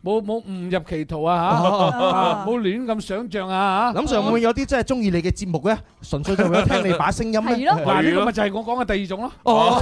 冇冇誤入歧途啊
哦
嚇，啊冇亂咁想像啊嚇。
林 Sir 會唔會有啲真係中意你嘅節目咧？純粹就為 咗聽你把聲音咧？
嗱呢個咪就係我講嘅第二種咯。
哦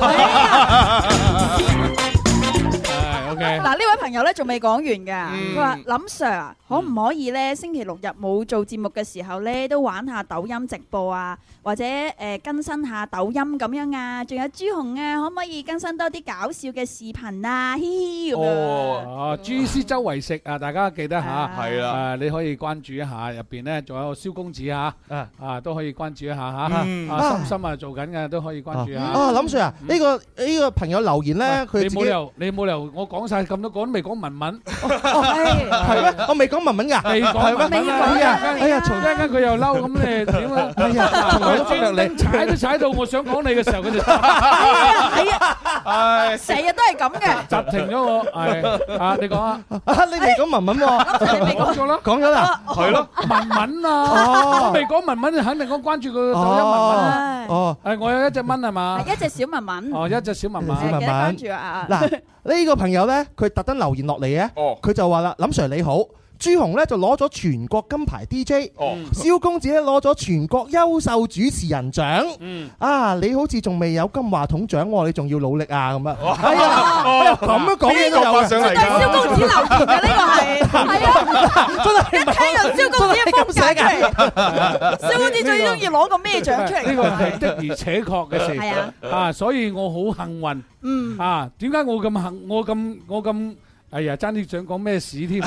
係 OK。
嗱呢位朋友咧仲未講完㗎，佢話林 Sir 啊可唔可以咧星期六日冇做節目嘅時候咧都玩下抖音直播啊，或者誒更新下抖音咁樣啊？仲有朱紅啊，可唔可以更新多啲搞笑嘅視頻啊？嘻嘻咁樣。
哦，g Ờ, C 周圍食啊，大家記得嚇，
係啦
誒，你可以關注一下入邊咧，仲有蕭公子嚇，啊都可以關注一下
嗯
嚇，啊心心啊做緊嘅都可以關注下。
啊，林 Sir 啊，呢個呢個朋友留言咧，佢自
你
己
冇理由，你冇理由，我講晒咁多個都未講文文，
係咩？我未講文文㗎，
未 講
係
文
咩？
文啊
哎呀，哎呀，從
一陣間佢又嬲，咁 你點啊？
哎 呀從來都忽略你
專登踩都踩到我想講你嘅時候，佢就
唉，
成日都係咁 嘅。
暫停咗我。係啊，你講啊。
啊，你未講文文喎，
講咗啦，
講咗啦，
係咯，
文文啊，
哦
我未講文文，你肯定講關注佢嘅抖音文文啊。
哦，
誒，我有一隻蚊係嘛？
一隻小文文，
哦，一隻小文文，
小文文
記得關注啊！
嗱，呢個朋友咧，佢特登留言落嚟嘅，佢就話啦：林 Sir 你好，朱紅咧就攞咗全國金牌 DJ，蕭公子咧攞咗全國優秀主持人獎。啊，你好似仲未有金話筒獎喎，你仲要努力啊咁啊！哎呀，哎呀咁樣講嘢都有嘅
蕭公子留言嘅呢個係， 係啊，
真
係一聽就蕭公子嘅風格出嚟。蕭公子最中意攞個咩獎出嚟㗎？
呢個係的而且確嘅事。
係啊
啊，所以我好幸運。
嗯。
啊，點解我咁幸？我咁我咁。哎呀，爭啲想講咩屎 添，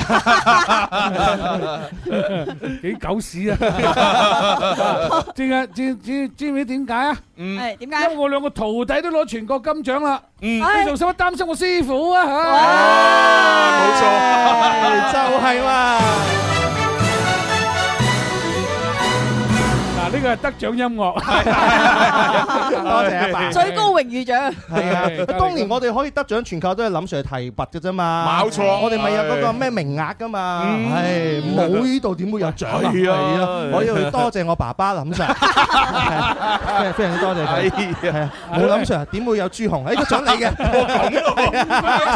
幾狗屎啊！點解？知知知唔知點解啊？
係點
因為我兩個徒弟都攞全國金獎啦，你
唉
仲使乜擔心我師傅啊？冇
錯就係 嘛。
嗱，呢個係得獎音樂，
多謝阿爸
最高榮譽獎。
係啊，當年我哋可以得獎全靠都係林 Sir 提拔嘅啫嘛，
冇錯
我哋咪有嗰個咩名額噶嘛，
嗯
係冇呢度點會有獎啊？
係啊
我要多謝我爸爸林 Sir，係非常多謝佢，係啊，冇林 Sir 點會有朱紅？呢哎個獎 你嘅，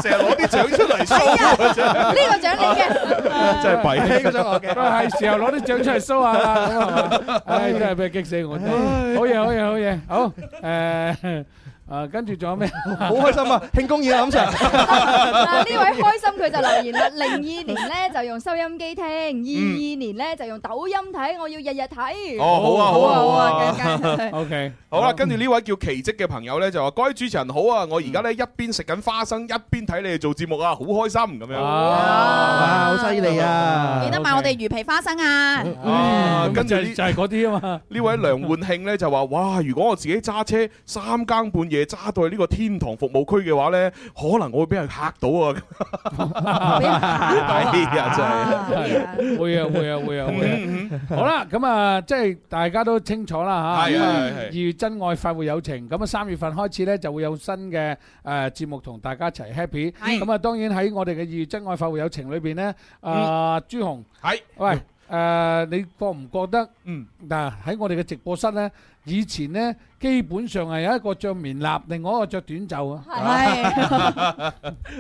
成日攞啲獎出嚟
dạ.
show 啊真係
呢個獎你嘅。
真係弊，
呢個獎我嘅，
係時候攞啲獎出嚟 show 下啦，咁 係嘛？唉，真係俾佢激死我真係，好嘢，好嘢，好嘢，好誒。啊，跟住仲有咩？
好開心啊！慶功宴啊，林 Sir，
嗱呢位開心佢就留言啦，零二年咧就用收音機聽，二二年咧就用抖音睇，我要日日睇。
哦，好啊，好啊，好啊，
O K，
好啦，跟住呢位叫奇蹟嘅朋友咧就話：各位主持人好啊，我而家咧一邊食緊花生，一邊睇你哋做節目啊，好開心咁樣。
哇，好犀利啊！
記得買我哋魚皮花生啊！
啊，跟住
嗯就係嗰啲啊嘛。
呢位梁焕慶咧就話：哇，如果我自己揸車三更半夜揸到去呢個天堂服務區嘅話咧，可能我會俾人嚇到啊！
啊
哎呀，真係。
係會啊會啊會啊會啊！好啦，咁啊，即係大家都清楚啦嚇。
係係
咁啊
係
二月真愛快活友情，咁啊三月份開始咧就會有新嘅誒節目同大家一齊 happy。咁啊，當然喺我哋嘅二月真愛快活友情裏邊咧，啊朱紅
係
喂。誒，你覺唔覺得？
嗯，
嗱喺我哋嘅直播室咧，以前咧基本上係有一個着棉衲，另外一個着短袖 啊。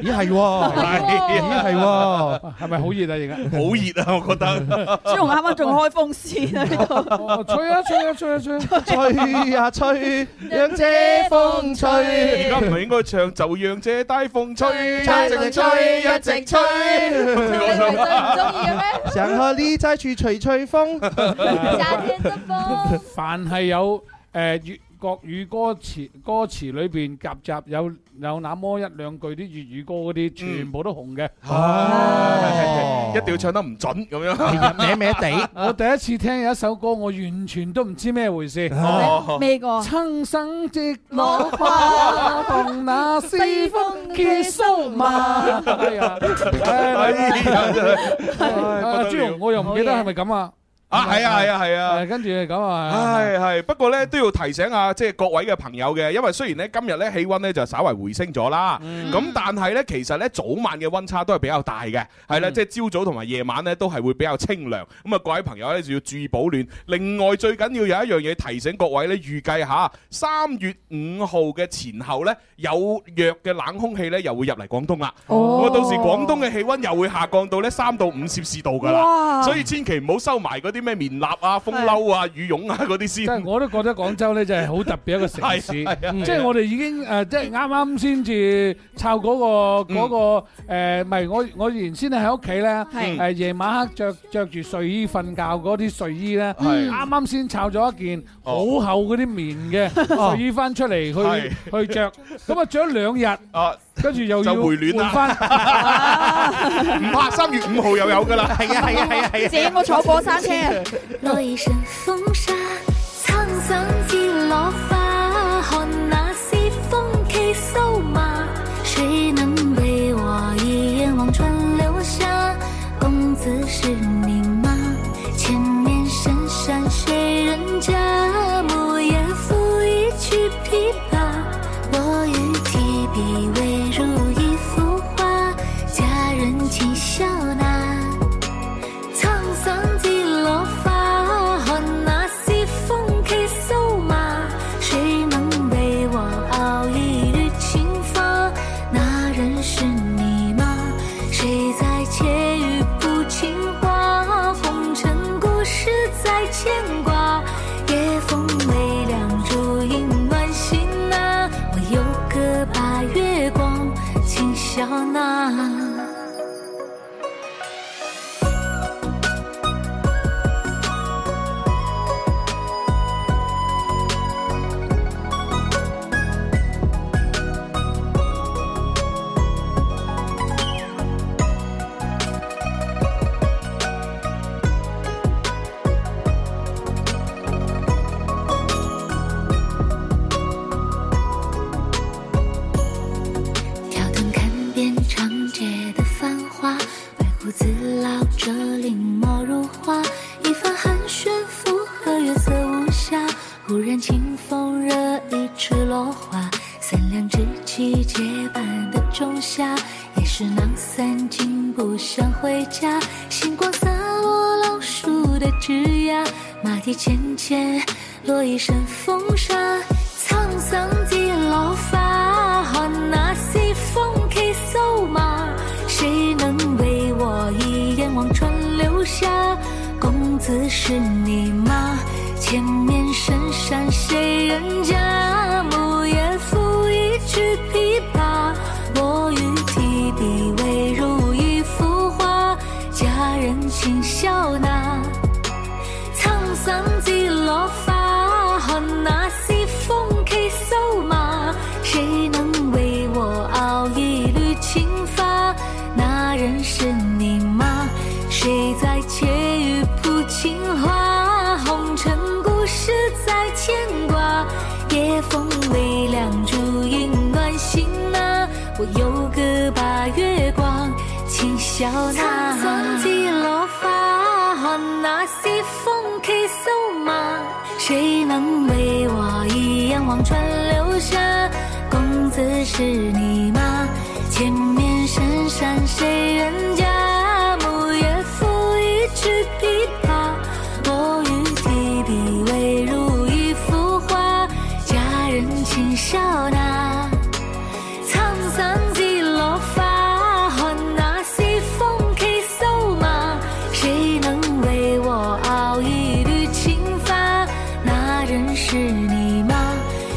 咦係喎，咦係喎，
哦係咪好熱啊？而家
好熱啊！我覺得
朱紅啱啱仲開風扇喺
度，吹啊吹啊吹啊吹啊！
吹啊吹，讓這風
而
吹
家。唔係應該唱就讓這低風吹，
吹
一直吹，一直吹。 嗰 首
想和你再去吹吹風，
凡係有誒粵國語歌詞歌詞裏邊夾雜有有那麼一兩句啲粵語歌嗰啲，全部都 紅嘅。
一定要唱得唔準咁樣。
歪歪地。
我第一次聽有一首歌，我完全都唔知咩回事。
哦
咩歌？
春生直
落
花同那西風結蘇麻。 係啊，哎
哎呀真係
啊朱紅，我又唔記得係咪咁啊？
啊，係啊，係啊，係啊。
跟住咁啊，
係係，不過咧都要提醒下，即係各位嘅朋友嘅，因為雖然咧今日咧氣温咧就稍為回升咗啦，
嗯
咁但係咧其實咧早晚嘅温差都係比較大嘅，係
嗯
啦，即係朝早同埋夜晚咧都係會比較清涼，咁啊各位朋友咧就要注意保暖。另外最緊要有一樣嘢提醒各位咧，預計下三月五號嘅前後咧有弱嘅冷空氣咧又會入嚟廣東啦，
哦
咁啊到時廣東嘅氣温又會下降到咧三到五攝氏度㗎啦，
哇
所以千祈唔好收埋嗰啲咩棉衲啊、風褸啊、羽絨啊嗰啲先。
我都覺得廣州咧就係好特別一個城市，嗯
係啊係啊
即係我哋已經誒，即係啱啱先至抄嗰
嗯
個嗰個呃誒，唔係我我原先咧喺屋企咧
係
誒夜晚黑着着住睡衣瞓覺嗰啲睡衣咧，
嗯
係
啱啱先抄咗一件好
哦
厚嗰啲棉 嘅睡衣翻出嚟去去著，咁啊着咗 兩日，跟住又要
就回暖啦
換 返，
唔怕三月五號又有㗎啦係啊係啊係啊係啊姐我坐過山車啊
來一身風沙，撐傘自落花，看那西風騎瘦馬，誰能為我一眼望穿流沙？公子是你吗？千面深山谁人家？木叶赋一曲琵琶，我欲提笔未如一幅画，佳人轻笑纳。沧桑几落花，看那西风骑瘦马，谁能为我熬一缕青发？那人是你吗？谁在窃语不情话？红尘故事在牵挂，夜风微凉，烛影暖心啊，我有歌把月光轻笑纳。挑灯看遍长街的繁华，白胡子老者临摹如画，一番寒暄附和月色无暇。忽然清风惹一池落花，三两知己结伴的仲夏，也是囊散尽不想回家，星光洒落老树的枝桠，马蹄浅浅落一身风沙。沧桑几落花，看那西风骑瘦马，谁能为我一眼望穿流霞？公子是你吗？前面深山谁人家？木叶赋一曲琵琶，我欲提笔未如一幅画，佳人轻笑纳。沧桑几落花，看那西风骑瘦马，谁能为我熬一缕青发？那人是你吗？谁在窃语谱情话？红尘故事在牵挂，夜风微凉，烛影暖心啊！我有歌把月光轻笑纳。沧桑几落花，看那西风骑瘦马，谁能为我一眼望穿流沙？公子是你吗？前面深山谁人家？木叶赋一曲琵琶，我欲提笔未如一幅画，佳人轻笑纳。沧桑几落花，看那西风骑瘦马，谁能为我熬一缕青发？那人是你吗？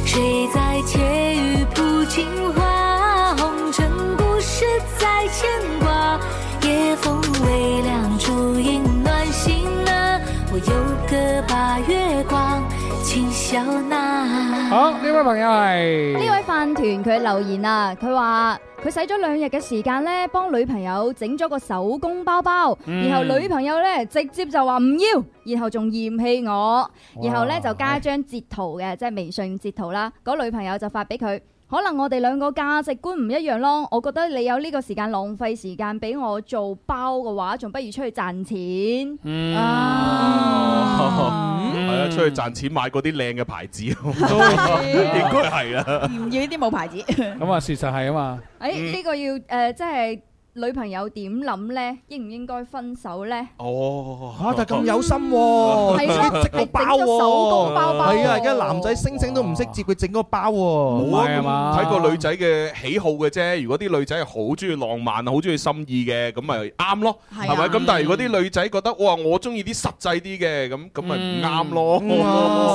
谁在窃语谱情话？红尘故事在牵挂，夜风微凉，烛影暖心啊！我有歌把月光轻笑纳。
好呢位朋友係
呢位飯團佢留言啊，佢話佢使咗兩日嘅時間咧，幫女朋友整咗個手工包包，
嗯
然後女朋友咧直接就話唔要，然後仲嫌棄我，
哇
然後咧就加張截圖嘅，即係微信截圖啦。嗰女朋友就發俾佢。可能我哋兩個價值觀唔一樣咯。我覺得你有呢個時間浪費時間俾我做包嘅話，仲不如出去賺錢。
嗯，
嗯
啊
係啊，出去賺錢買嗰啲靚嘅牌子，應
係
該係啊啦。
唔要呢啲冇牌子。
咁啊，事實係啊嘛。
誒呢個要誒，即係女朋友點諗呢？應唔應該分手呢？
哦，
嚇！但係咁有心喎，
係咯
整個包
整個手工包包喎
係啊！而家男仔星星都唔識接，佢整個包喎，
冇啊，睇個女仔嘅喜好嘅啫。如果啲女仔係好中意浪漫、好中意心意嘅，咁咪啱咯，
啊
係
係咪？咁但係如果啲女仔覺得哇，我中意啲實際啲嘅，咁咁咪唔啱咯。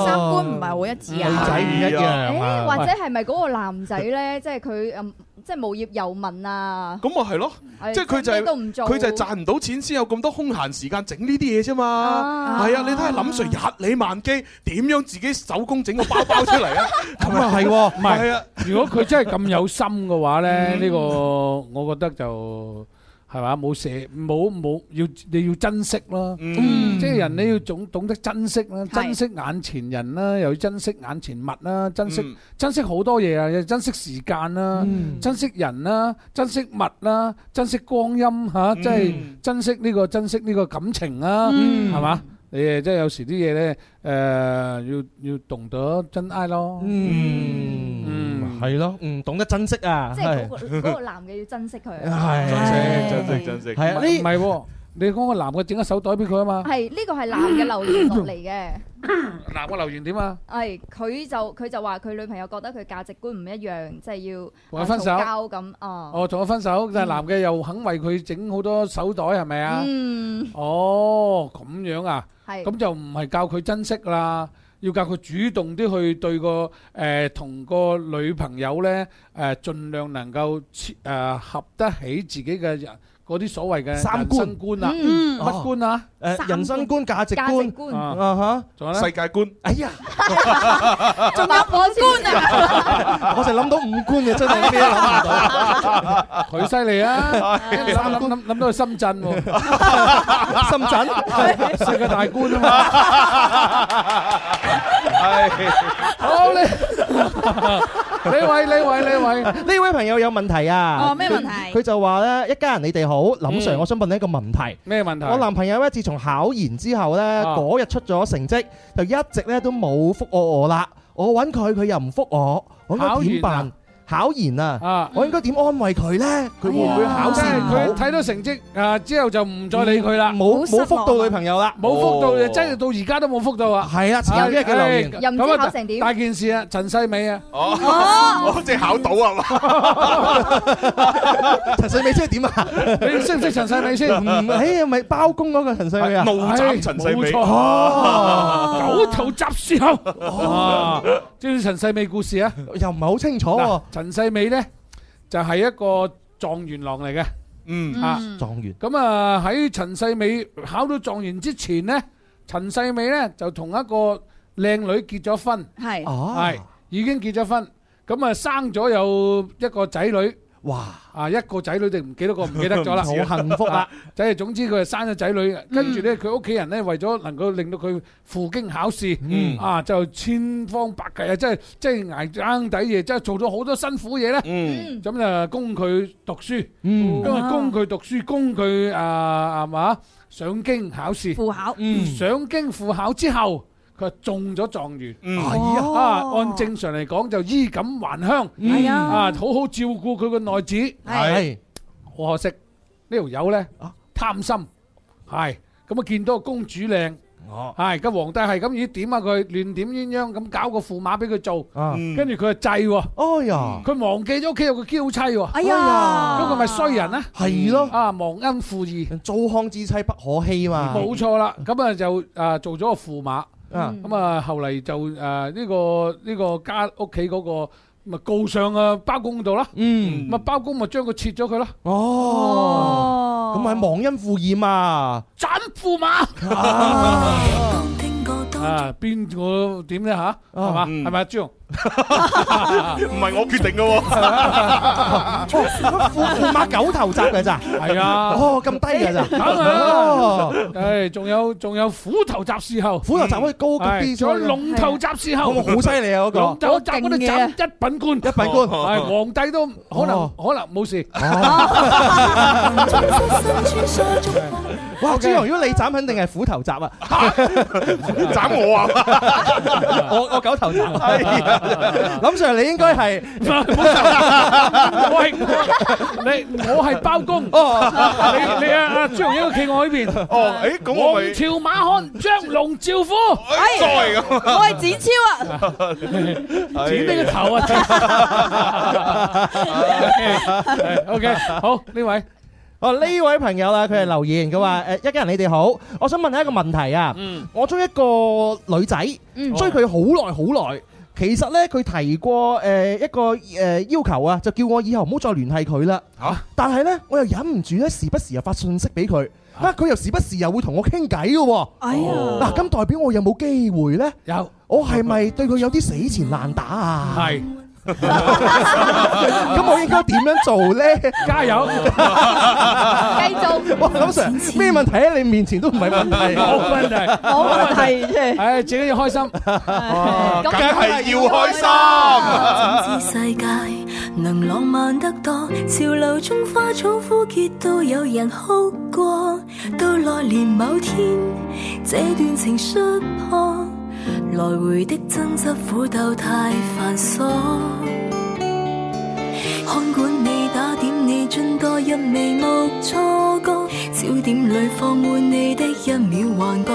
三 觀唔係好一致啊。
女仔唔一樣啊
誒或者係咪嗰個男仔呢？ 即係佢嗯即係無業遊民啊？
咁咪係咯，
係
即係佢就
咩都唔
係
做
佢就係賺唔到錢先有咁多空閒時間整呢啲嘢啫嘛。
啊
係啊，你睇下林 Sir 日理萬機，點樣自己手工整個包包出 嚟啊？
咁 啊係
喎，
唔
係
係
啊，
如果佢真係咁有心嘅話咧，
嗯
呢個我覺得就係嘛，冇捨冇冇要你要珍惜咯，即係人你要總懂得珍惜啦，珍惜眼前人啦，又要珍惜眼前物啦，珍惜珍惜好多嘢啊，又珍惜時間啦，珍惜人啦，珍惜物啦，珍惜光陰嚇，
嗯
即係珍惜呢個珍惜呢個感情啊，
嗯
係嘛？你誒即係有時啲嘢咧，誒、要要懂得真愛咯。嗯嗯，
係咯，嗯，懂得珍惜啊
即係嗰個嗰個男嘅要珍惜佢 啊。
係
珍惜珍惜珍惜，
係啊
唔
呢
唔係喎，你講個男嘅整個手袋俾佢啊嘛，
係呢個係男嘅留言落嚟嘅。
男嘅留言點啊？
係佢就佢就話佢女朋友覺得佢價值觀唔一樣，即係要
同佢分手
啊嘈交咁啊。
哦，同佢分手，但係男嘅又肯為佢整好多手袋，係咪啊？
嗯，
哦，咁樣啊，
係
咁就唔係教佢珍惜啦，要教佢主動啲去對個誒同個女朋友咧誒，盡量能夠切誒合得起自己嘅人嗰啲所謂嘅
三
人
觀
生觀啊，
嗯
乜觀啊？
誒人生觀、價值
價值
觀
觀
啊
仲
世界觀。
哎呀，
嚇，仲有火觀啊！
我就諗到五官啊，真係咩都諗唔到。
佢犀 利啊！諗諗諗諗到去深圳喎，
深
圳 世界大觀啊嘛。好你呢位呢位呢位
呢位朋友有問題啊？
哦咩問題
佢佢就話咧，一家人你哋好，
嗯
林 Sir，我想問你一個問題。
咩問題？
我男朋友咧，自從考研之後咧，
啊
嗰日出咗成績，就一直咧都冇覆我我啦。我揾佢，佢又唔覆我，我應
啊
該點辦？考研啊，我應該點安慰佢咧？佢會唔會考
即
試
係
唔
佢
好？
睇到成績啊之後就唔再理佢啦，
冇冇覆到女朋友啦，哦
冇覆到，真係到而家都冇覆到啊！
係啦前幾日嘅留言
唉
又唔知
咁啊
考成點
大件事啊，陳世美啊，
哦，我即係考到啊嘛。
陳世美即係點啊？
你識唔識陳世美先？
唔，哎呀，咪包公嗰個陳世美啊，
怒斬陳世美
冇錯
哦，
九頭集思後。啊，知唔知陳世美故事啊？
又唔係好清楚喎。
陳世美咧就係一個狀元郎嚟嘅，
Ừ.
嗯
啊。
狀元。
咁啊喺陳世美考到狀元之前呢，陳世美呢就同一個靚女結咗婚，
係
哦
係已經結咗婚，咁啊生咗有一個仔女。
哇！
啊，一個仔女定唔記得個唔記得咗 啦，
好幸福啊！
即係總之佢係生咗仔女，跟住呢，佢屋企人呢，為咗能夠令到佢赴京考
嗯
試，啊就千方百計啊，即係即係捱更抵夜，即係做咗好多辛苦嘢呢。
嗯
咁就供佢讀書，
嗯
咁啊供佢讀書，供佢啊係嘛上京考試，
赴考，
上京赴考之後。佢話中咗狀元，
呀
啊，按正常嚟講就衣錦還鄉，
係啊
啊，好好照顧佢個內子，
係
好可惜呢條友咧貪心，係咁啊見到個公主靚，
哦
係個皇帝係咁，咦點啊佢亂點鴛鴦咁搞個驸馬俾佢做
啊，
跟住佢就制喎，
哎呀，
佢忘記咗屋企有個嬌妻喎，
哎呀
咁佢咪衰人咧，
係咯，
啊忘恩負義，
糟糠之妻不可欺嘛，
冇錯啦，咁啊就啊做咗個驸馬，
啊
咁啊後嚟就誒呢個呢個家屋企嗰個咪告上啊包公度啦，
嗯，
咪包公咪將佢切咗佢咯。
哦，咁係忘恩負義嘛，
斬驸馬。
啊
啊，邊個點咧吓？係嘛？係咪啊朱紅？
嗯 唔係我決定 嘅喎。
富富哦馬九頭集嘅咋？
係啊
哦咁低 嘅咋？
等啊
哦！
誒，仲有仲有虎頭集侍候，
虎頭集可以高級啲
係仲有龍頭集侍候，
係啊好犀利啊嗰個
龍頭集嗰啲
好勁
集一品官，一品
官
係皇帝都可能可能冇事。
哇！朱紅，如果你斬肯定係虎頭鍘啊！
斬我啊！
我我九頭鍘。
哎
林 Sir，你應該係
喂，你我係包公，你你啊阿朱紅英企我呢邊。
哦，誒咁我咪
王朝馬漢張龍趙虎，
哎再咁我係
展超啊！
剪呢個頭啊！OK，好 呢位。嗯
哦，呢位朋友啦，佢係留言，佢話誒一家人你哋好，我想問下一個問題啊。我追一個女仔，
嗯
追佢好耐好耐。其實呢，佢提過誒一個誒要求啊，就叫我以後唔好再聯繫佢啦。
嚇！
但係呢，我又忍唔住呢，時不時又發信息俾佢。啊！佢又時不時又會同我傾偈嘅喎。
哎呀
嗱，咁代表我有冇機會呢？
有。
我係咪對佢有啲死纏爛打啊？
係。
咁我應該點樣做呢？
加油！
繼續。 哇，林 Sir，咩問題喺你面前都唔係問題。
冇問題，
冇問題啫。
唉，自己要開心，
梗
梗
係要開
怎
心。
知世界能浪漫得多，潮流中花草枯竭都有人哭過。到來年某天，這段情摔破，來回的爭執苦鬥太繁瑣。看管你打點你，盡多一眉目錯覺，焦點裏放滿你的一秒幻覺。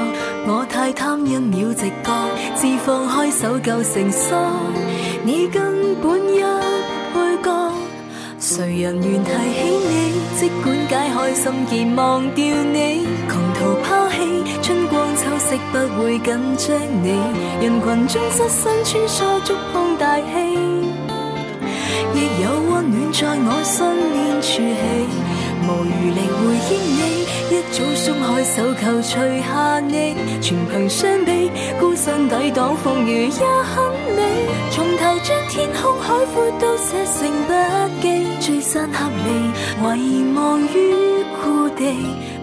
我太貪一秒直覺，自放開手夠成疏。你根本一配角，誰人願提起你？即管解開心結，忘掉你，窮途拋棄，春光秋色不會緊張你。人群中失身穿梭，觸碰大氣，亦有溫暖在我身邊處起。無餘力回憶你，一早鬆開手扣，除下你，全憑相比，孤身抵擋風雨也很美。從頭將天空海闊都寫成筆記，聚散合離，遺忘於故地，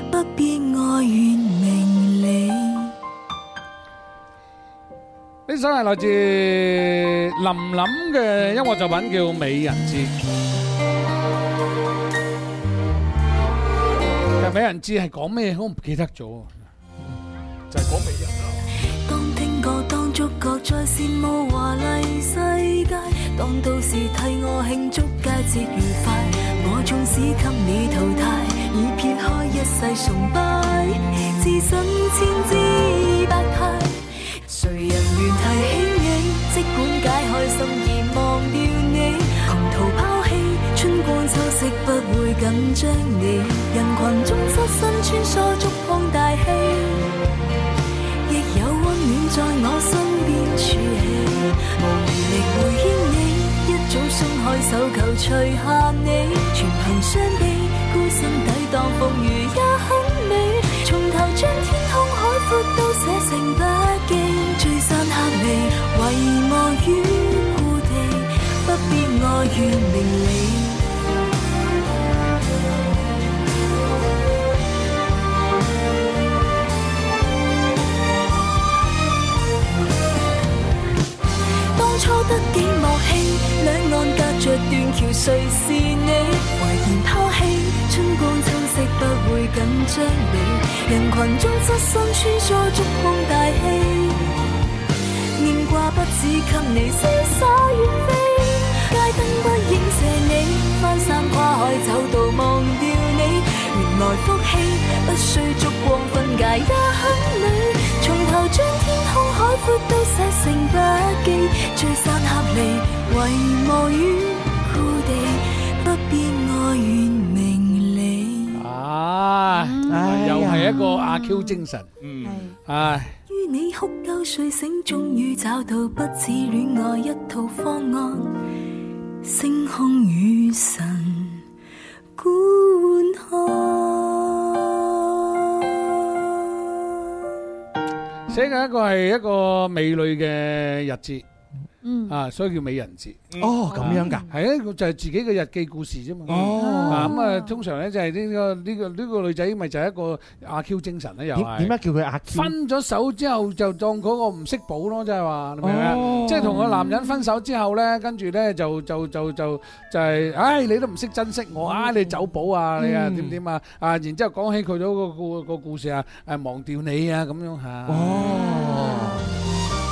不必愛怨明理。
呢首係來自林林嘅音樂作品，叫《美人志》。其實《美人志》係講咩？我唔記得咗。
就係講美人啊！
當聽覺當觸覺再羨慕華麗世界，當到時替我慶祝佳節愉快，我縱使給你淘汰，已撇開一世崇拜，自信千姿百態。誰人願提起你？即管解開心而忘掉你，窮途拋棄，春光秋色不會緊張你，人群中失身穿梭觸碰大氣。亦有溫暖在我身邊處起，無餘力回憶你，一早鬆開手扣，除下你，全憑相比，孤身抵擋風雨也很美。從頭將天空海闊都寫成筆記，聚散合離，遺忘於故地，不必愛怨明理。當初得幾幕戲，兩岸隔着斷橋，誰是你？懷言拋棄，春光秋色不會緊張你。人群中側身穿梭，觸碰大氣，念掛不止給你瀟灑遠飛。街燈不映射你，翻山跨海走到忘掉你。原來福氣不需燭光分界也很美。從頭將天空海闊都寫成筆記，聚散合離，遺忘於故地，不必愛怨明理。
啊，又係一個阿 Q 精神。
嗯，
唉，
於你哭夠睡醒，終於找到不止戀愛一套方案。星空與神觀看。
寫嘅一個係一個美女嘅日誌。
嗯
啊，所以叫美人節。
哦咁樣㗎
啊，係啊，佢就係自己嘅日記故事啫嘛。
哦
啊咁啊，通常咧就係呢個呢個呢個女仔，咪就係一個阿 Q 精神咧，又 係
點點解叫佢阿 Q？
分咗手之後就當嗰個唔識保咯，即係話你明唔明
哦
啊？即係同個男人分手之後咧，跟住咧就就就就就係，唉，你都唔識珍惜我啊，你走寶啊，你啊
嗯
點點啊啊，然之後講起佢嗰個故個故事啊，誒忘掉你啊咁樣嚇。
哦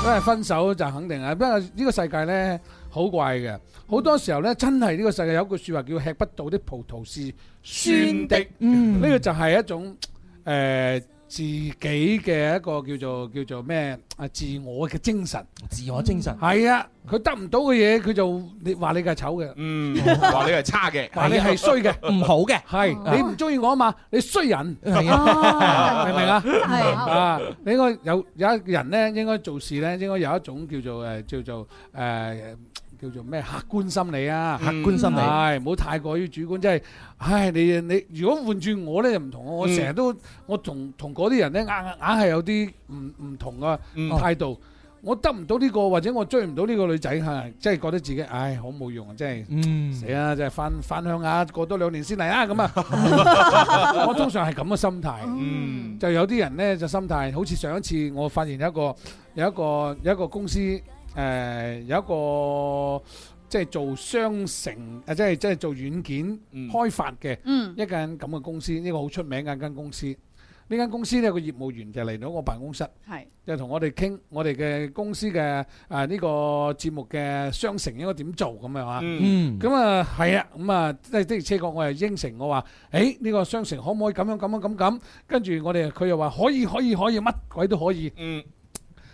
因為分手就肯定啊，不過呢個世界咧好怪嘅，好多時候咧真係呢個世界有句説話叫吃不到的葡萄是酸的，
嗯
呢個就係一種誒、呃自己嘅一個叫做叫做咩啊自我嘅精神，
自我精神
係啊，佢得唔到嘅嘢佢就你話你係醜嘅，
嗯，話你係差嘅，
話你係衰嘅，
唔好嘅，
係你唔中意我啊嘛，你衰人，
係
啊
明唔明啊？
係
啊，你應該有有一人咧，應該做事咧，應該有一種叫做誒叫做誒。叫做咩客觀心理啊？
客觀心理
係唔好太過於主觀，即係，唉，你你如果換轉我咧就唔同，我
嗯
成日都我同同嗰啲人咧硬硬係有啲唔唔同嘅
嗯
態度，我得唔到呢個或者我追唔到呢個女仔係，即係覺得自己唉好冇用啊，真係。
嗯，
死啊！真係翻翻鄉下，過多兩年先嚟啊！咁啊，我通常係咁嘅心態。
嗯，
就有啲人咧就心態，好似上一次我發現有一個有一個有一個公司誒、呃有一個即係做商城誒，即係即係做軟件開發嘅、
嗯
一間咁嘅公司，呢、個好出名嘅一間公司。呢間公司呢個業務員就嚟到我辦公室。
係
就同我哋傾我哋嘅公司嘅啊呢個節目嘅商城應該點做咁樣啊？
嗯
咁啊係啊，咁啊即係的而且確我係應承我話，誒呢個商城可唔可以咁樣咁樣咁咁？跟住我哋佢又話可以可以可以乜鬼都可以。
嗯。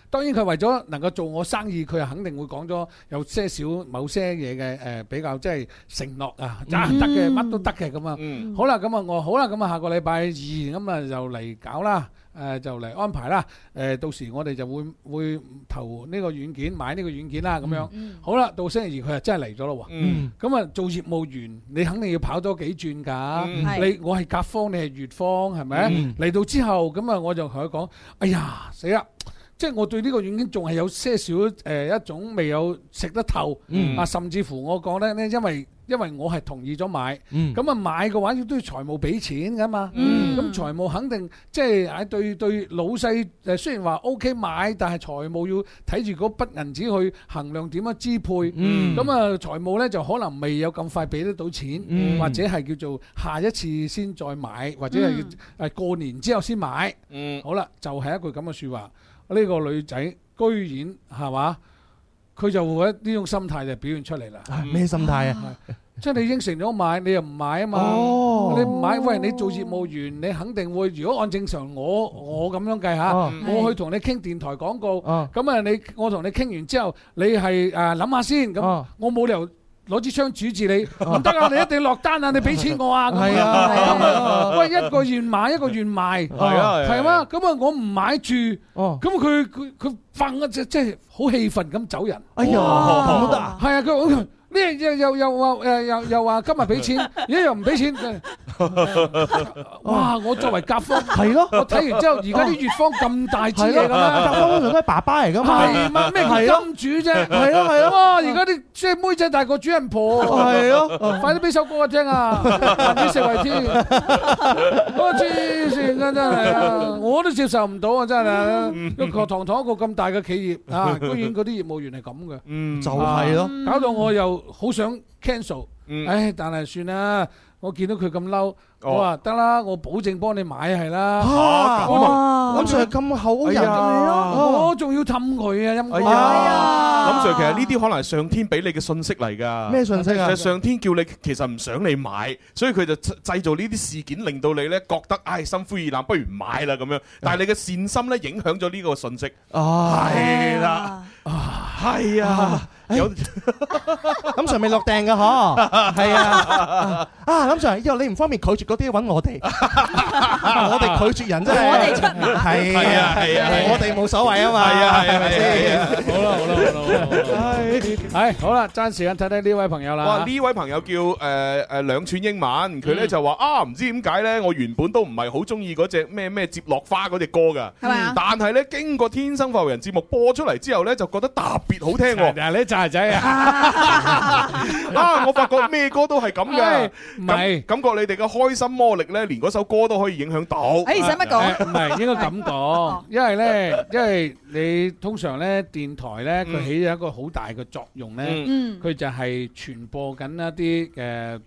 當然佢為咗能夠做我生意，佢係肯定會講咗有些少某些嘢嘅誒比較即係承諾啊，啊得嘅乜都得嘅咁啊。好啦，咁啊我好啦，咁啊下個禮拜二咁啊就嚟搞啦，誒就嚟安排啦，誒到時我哋就會會投呢個軟件買呢個軟件啦咁樣。好啦，到星期二佢啊真係嚟咗咯
嗯
喎。咁啊做業務員你肯定要跑多幾轉㗎。
嗯係
你我係甲方，你係乙方係咪
嗯？
嚟到之後咁啊，我就同佢講：哎呀死啦！即係我對呢個軟件仲係有些少誒、呃一種未有食得透、
嗯
啊，甚至乎我講咧咧，因為因為我係同意咗買，
嗯
咁啊、買嘅話要都要財務俾錢噶嘛，咁、財務肯定即係誒對對老細誒雖然話 O K 買，但係財務要睇住嗰筆銀紙去衡量點樣支配，
嗯
咁啊、財務咧就可能未有咁快俾得到錢，
嗯
或者係叫做下一次先再買，或者係
嗯
誒過年之後先買。
嗯，
好啦，就係、一句咁嘅説話。呢、個女仔居然係嘛，佢就會呢種心態就表現出嚟啦。
咩心態啊？
即係你應承咗買，你又唔買啊嘛。
哦
你唔買，喂，你做業務員，你肯定會。如果按正常我我咁樣計
哦
嚇，我去同你傾電台廣告，
哦
咁啊你我同你傾完之後，你係誒諗下先，咁
哦
我冇理由。攞支槍指住你，唔得啊！你一定落單啊！你俾錢我啊！咁
係啊
咁
係啊
喂，一個願買一個願賣，
係啊係啊
係嘛？咁啊，我唔買住，咁佢佢佢憤啊，即即係好氣憤咁走人。
哎呀咁都得啊
係啊，佢呢又又又話誒又又話今日俾錢， 而家又唔俾錢。誒哇！我作為甲方，
係咯
我睇完之後，而家啲乙方咁大支
係
嘢
咯，
咁樣
甲。方通常都係爸爸嚟噶嘛，
係嘛？咩叫金主啫？
啊係啊咯係咯
哇！而家啲即係妹仔大過主人婆。
係啊咯
快啲俾首歌我 聽啊！民以食為天。我黐線啊！真係 啊，我都接受唔到啊！真係啊，一個堂堂一個咁大嘅企業啊，居然嗰啲業務員係咁嘅。
嗯
就係咯
搞到我又好想 cancel。
嗯
唉，但係算啦，我見到佢咁嬲，我話得啦，我保證幫你買係啦。
嚇
我
哇咁 Sir 咁好人
哎呀
哦
我仲要氹佢啊，陰
哎
公。
呀，林 Sir，其實呢啲可能係上天俾你嘅信息嚟㗎。
咩信息啊
就係上天叫你其實唔想你買，所以佢就製造呢啲事件，令到你咧覺得唉心灰意冷，不如唔買啦咁樣。但係你嘅善心咧影響咗呢個信息。
啊，À.
係啦，係啊， 有
林 Sir 未落訂㗎嗬，係啊，啊林 Sir，以後你唔方便拒絕嗰啲揾我哋，我哋拒絕人真係，
我哋出馬
係
係
啊
啊係啊
我哋冇 所謂啊嘛，
係啊係啊
係咪
係啊
先？
好啦好啦好啦好啦，係好啦，爭時間睇睇呢位朋友啦。
哇！呢位朋友叫誒誒兩串英文，佢咧
嗯
就話啊，唔知點解咧，我原本都唔係好中意嗰只咩咩接落花嗰只歌㗎，但係咧經過《天生發育人》節目播出嚟之後咧，就覺得特別好聽喎。
嗱，你仔仔啊！
啊！我發覺咩歌都係咁
唉
嘅，感感覺你哋嘅開心魔力咧，連嗰首歌都可以影響到。
哎使乜講
啊誒
哦
唔係應該咁講，因為咧，因為你通常咧電台咧，佢起咗一個好大嘅作用咧，
嗯
佢就係傳播緊一啲誒，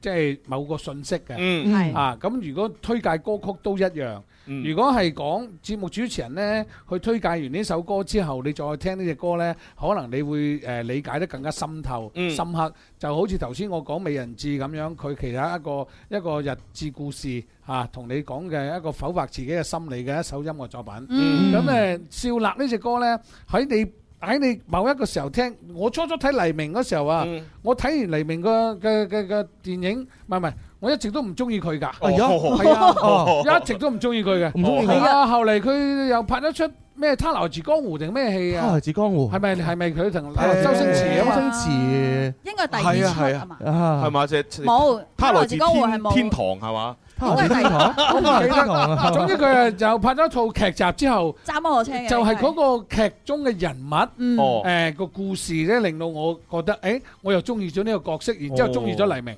即係某個信息
嗯
嘅，
係
啊咁。如果推介歌曲都一樣。如果係講節目主持人呢，去推介完呢首歌之後，你再聽呢只歌呢，可能你會誒、呃理解得更加深透、
嗯
深刻。就好似頭先我講《美人志》咁樣，佢其他一個一個日誌故事嚇，同、你講嘅一個剖白自己嘅心理嘅一首音樂作品。咁誒、
嗯
少納呢只歌呢，喺你喺你某一個時候聽，我初初睇黎明嗰時候啊，我睇完黎明個嘅嘅嘅電影，唔係唔係，我一直都唔中意佢㗎，
哎呀
係
哦
啊，一直都唔中意佢嘅，
唔中意佢
係啊，後嚟佢又拍咗出咩《他來自江湖》定咩戲啊？
他來自江湖
係咪係咪佢同啊周星馳啊嘛？
周星馳
應該係第
係
二
啊
出
係
啊嘛
啊，，係嘛？即係
冇
他來
來
自
自江湖係
天
冇
天堂係嘛？
他來自天堂
我唔記得。總之佢啊又拍咗一套劇集之後，
揸摩托車嘅，
就係嗰個劇中嘅人
嗯
物
哦，
誒個故事咧，令到我覺得，誒我又中意咗呢個角色，然之後中意咗黎明。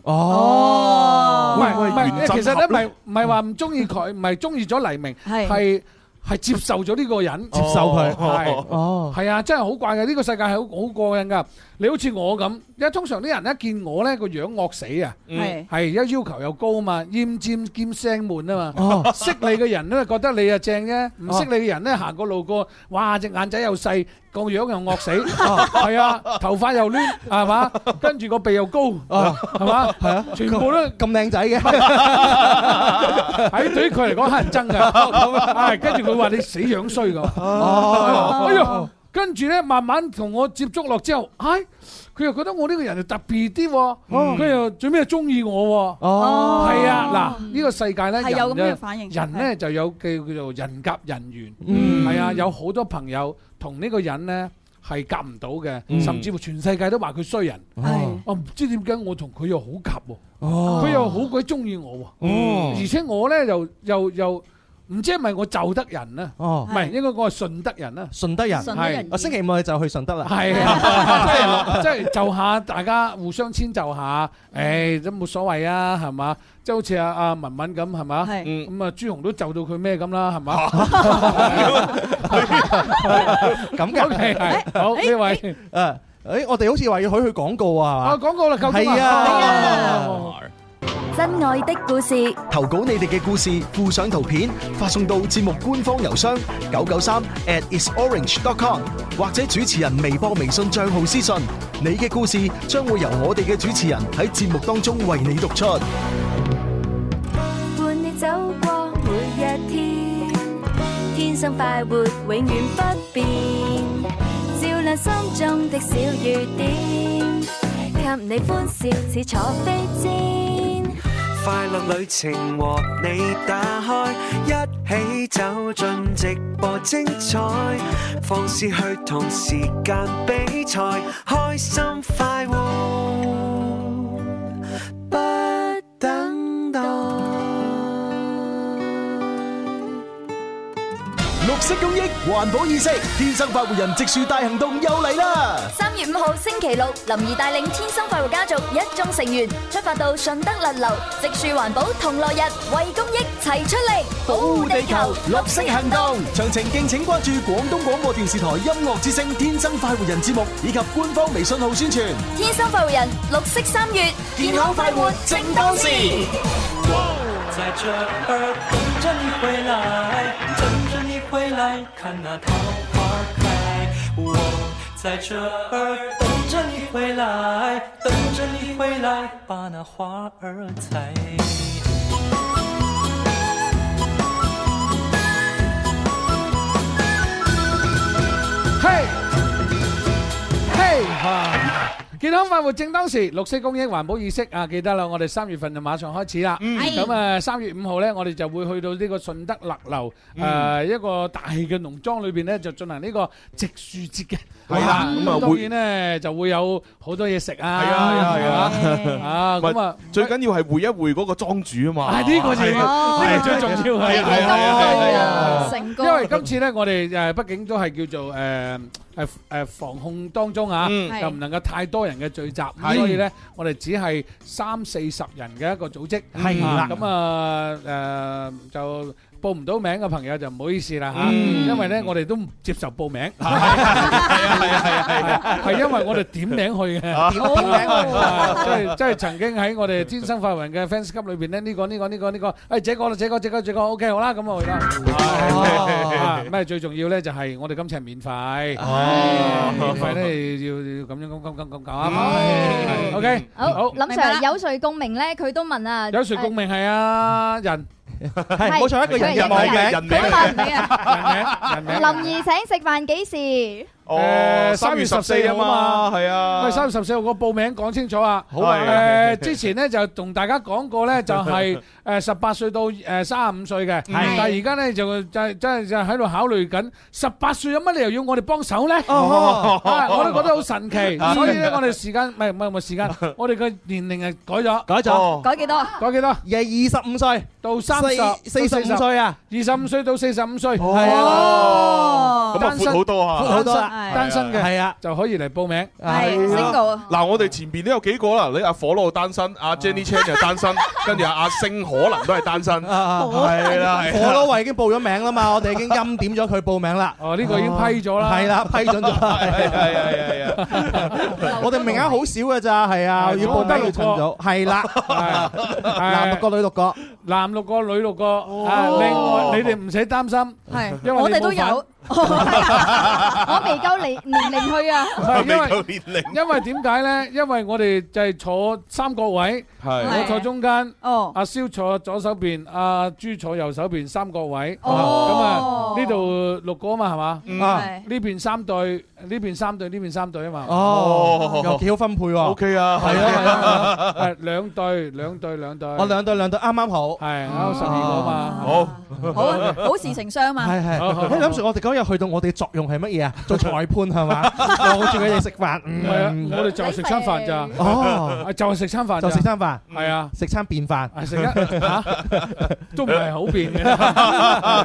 哦
唔係唔
原
係，
振
其實
俠
咧唔係唔係話唔中意佢，唔係中意咗黎明，
係
係係接受咗呢個人，
接受佢
係
哦
係啊，真係好怪嘅，呢個世界係好好過癮㗎。你好似我咁，因為通常啲人一見我咧個樣惡死啊，
嗯
係一要求又高啊嘛，厭尖兼聲悶啊嘛
哦，
識你嘅人咧覺得你啊正啫，唔識你嘅人咧行過路過，哇隻眼仔又細，個樣又惡死，係啊，頭髮又攣係嘛，跟住個鼻又高係嘛，係啊，全部都
咁靚仔嘅。
喺對於佢嚟講乞人憎㗎，係跟住佢話你死樣衰㗎，
哦
哎呀！跟住咧，慢慢同我接觸落之後，唉，佢又覺得我呢個人就特別啲喎，
嗯
佢又最尾又中意我喎，
哦
係啊，嗱，呢個世界咧，
係有咁嘅
人呢
反應
人咧
係
就有叫叫做人夾人緣，
嗯
係啊，有好多朋友同呢個人咧係夾唔到嘅，
嗯
甚至乎全世界都話佢衰人，
哦
我唔知點解我同佢又好夾喎。
哦
佢又好鬼中意我喎，
哦
而且我咧又又又唔知係咪我就得人咧，
哦
唔係應該我係順德人啦，
順德人，
順德人
我星期五就去順德啦。
係
à.
啊，即係即係就下大家互相遷就下，誒都冇所謂啊，係嘛？即係好似阿阿文文咁係嘛？
係
嗯
咁啊朱紅都就到佢咩咁啦係嘛？
咁嘅
OK，係好呢位
誒誒，我哋好似話要去去廣告啊，
啊
係嘛
廣告啦，夠鐘啦
係啊。
真愛的故事。
投稿你哋嘅故事，附上圖片，發送到節目官方郵箱九九三 at isorange.com，或者主持人微博、微信帳號私信。你嘅故事將會由我哋嘅主持人喺節目當中為你讀出。
伴你走過每一天，天生快活，永遠不變。照亮心中的小雨點，給你歡笑似坐飛氈。
快樂旅程和你打開，一起走進直播精彩，放肆去同時間比賽，開心快活，不等待。
綠色公益，環保意識，天生快活人植樹大行動又嚟啦！
三月五號星期六，林怡帶領天生快活家族一眾成員出發到順德勒流植樹環保同樂日，為公益齊出力，保護地球，綠色行動。
詳情敬請關注廣東廣播電視台音樂之聲《天生快活人》節目以及官方微信號宣傳。
天生快活人，綠色三月，健康快活正當時。
在这儿等着你回来，等着你回来，看那桃花开。我在这儿等着你回来，等着你回来，把那花儿采。
嘿，嘿，啊健康快活正當時，綠色公益環保意識啊，記得啦！我哋三月份就馬上開始啦。
係
咁啊，三月五號咧，我哋就會去到呢個順德勒樓誒一個大嘅農莊裏邊咧，就進行呢個植樹節嘅。
係啦
哇
咁啊
當
會
然咧就會有好多嘢食啊。
係啊係啊係啊
係嘛啊咁啊，
最緊要係會一會嗰個莊主啊嘛。啊
係呢個就要，呢個最重要係
係係
啊
啊！
成
因為今次咧，我哋誒畢竟都係叫做誒誒誒防控當中啊，
嗯
就唔能夠太多人嘅聚集，
係
咁所以咧，我哋只係三四十人嘅一個組織，
係啦
啊咁啊誒就。報唔到名嘅朋友就唔好意思啦嚇，
嗯
因為咧我哋都唔接受報名，係啊係啊係因為我哋點名去嘅，
點點名去
啊即係即係曾經喺我哋天生快活人嘅 fans club 裏邊咧，呢個呢個呢個呢個，誒這個啦這個這個這個 OK 好啦，咁我去啦。啊咩最重要咧就係我哋今次係免費，
哦
免費咧要要咁樣咁咁咁咁搞啊嘛。OK，
好，林 Sir
明白啦。
有誰共鳴咧？佢都問啊，
有誰共鳴係啊人？係
係冇錯一個人佢係一個人人名
人名人名人名
林怡請食飯幾時？
哦，
Ờ,
三月十四
3
啊嘛，係啊。
喂，三月十四號個報名講清楚啊！
好 啊
誒，之前咧就同大家講過咧，就係誒十八歲到誒三十五歲嘅，但係而家咧就就真係就喺度考慮緊，十八歲有乜理由要我哋幫手咧？
哦
啊我都覺得好神奇，
嗯
所以咧我哋時間唔係唔係唔係時間，我哋嘅年齡係改咗，
改咗
改幾多？
改幾多？
係25歲
到三十
四45歲啊，
二十五歲到四十五歲，
係啊哦咁啊
單身
闊好多啊闊好多啊
單身單身嘅
係啊，
就可以嚟報名，
係啊嗱，我哋前邊都有幾個啦，你阿火佬單身，
啊
阿 Jenny Chan 又單 身，跟住阿阿星可能都係單身，
啊
係啦，係
火
啦
佬位已經報咗名啦嘛，我哋已經欽點咗佢報名啦。
哦，呢個已經批咗啦
係啦，批準咗。
係係係
哎
係啊！
我哋名額好少㗎咋，係啊，要報名要趁早。係啦，男六個，女六個。
男六個，女六個，啊，另外你哋唔使擔心，
係
因為
我哋都
你冇份
有。我未夠年年齡去啊！
唔係因為因為點解咧？因為我哋就係坐三個位，我坐中間，阿蕭坐左手邊，阿朱坐右手邊，三個位。
哦
咁啊，呢度六個啊嘛，係嘛？
嗯
啊
係
呢邊三隊，呢邊三隊，呢邊三隊啊嘛。
哦，又 幾好分配喎。O
K 啊，
係啊，係啊。
誒兩隊，兩隊，兩隊。
我兩對兩對啱啱好。
係啱十二個嘛。
好
好啊，好事成雙嘛。
係係，你諗住我哋嗰日去到，我哋作用係乜嘢 啊？做裁判係嘛？望住佢哋食飯，唔
係啊，我哋就係食餐飯咋。
哦
啊，就係食餐飯咋。
就食餐飯，
係啊，
食餐便飯，
食 一嚇都唔係好變 嘅，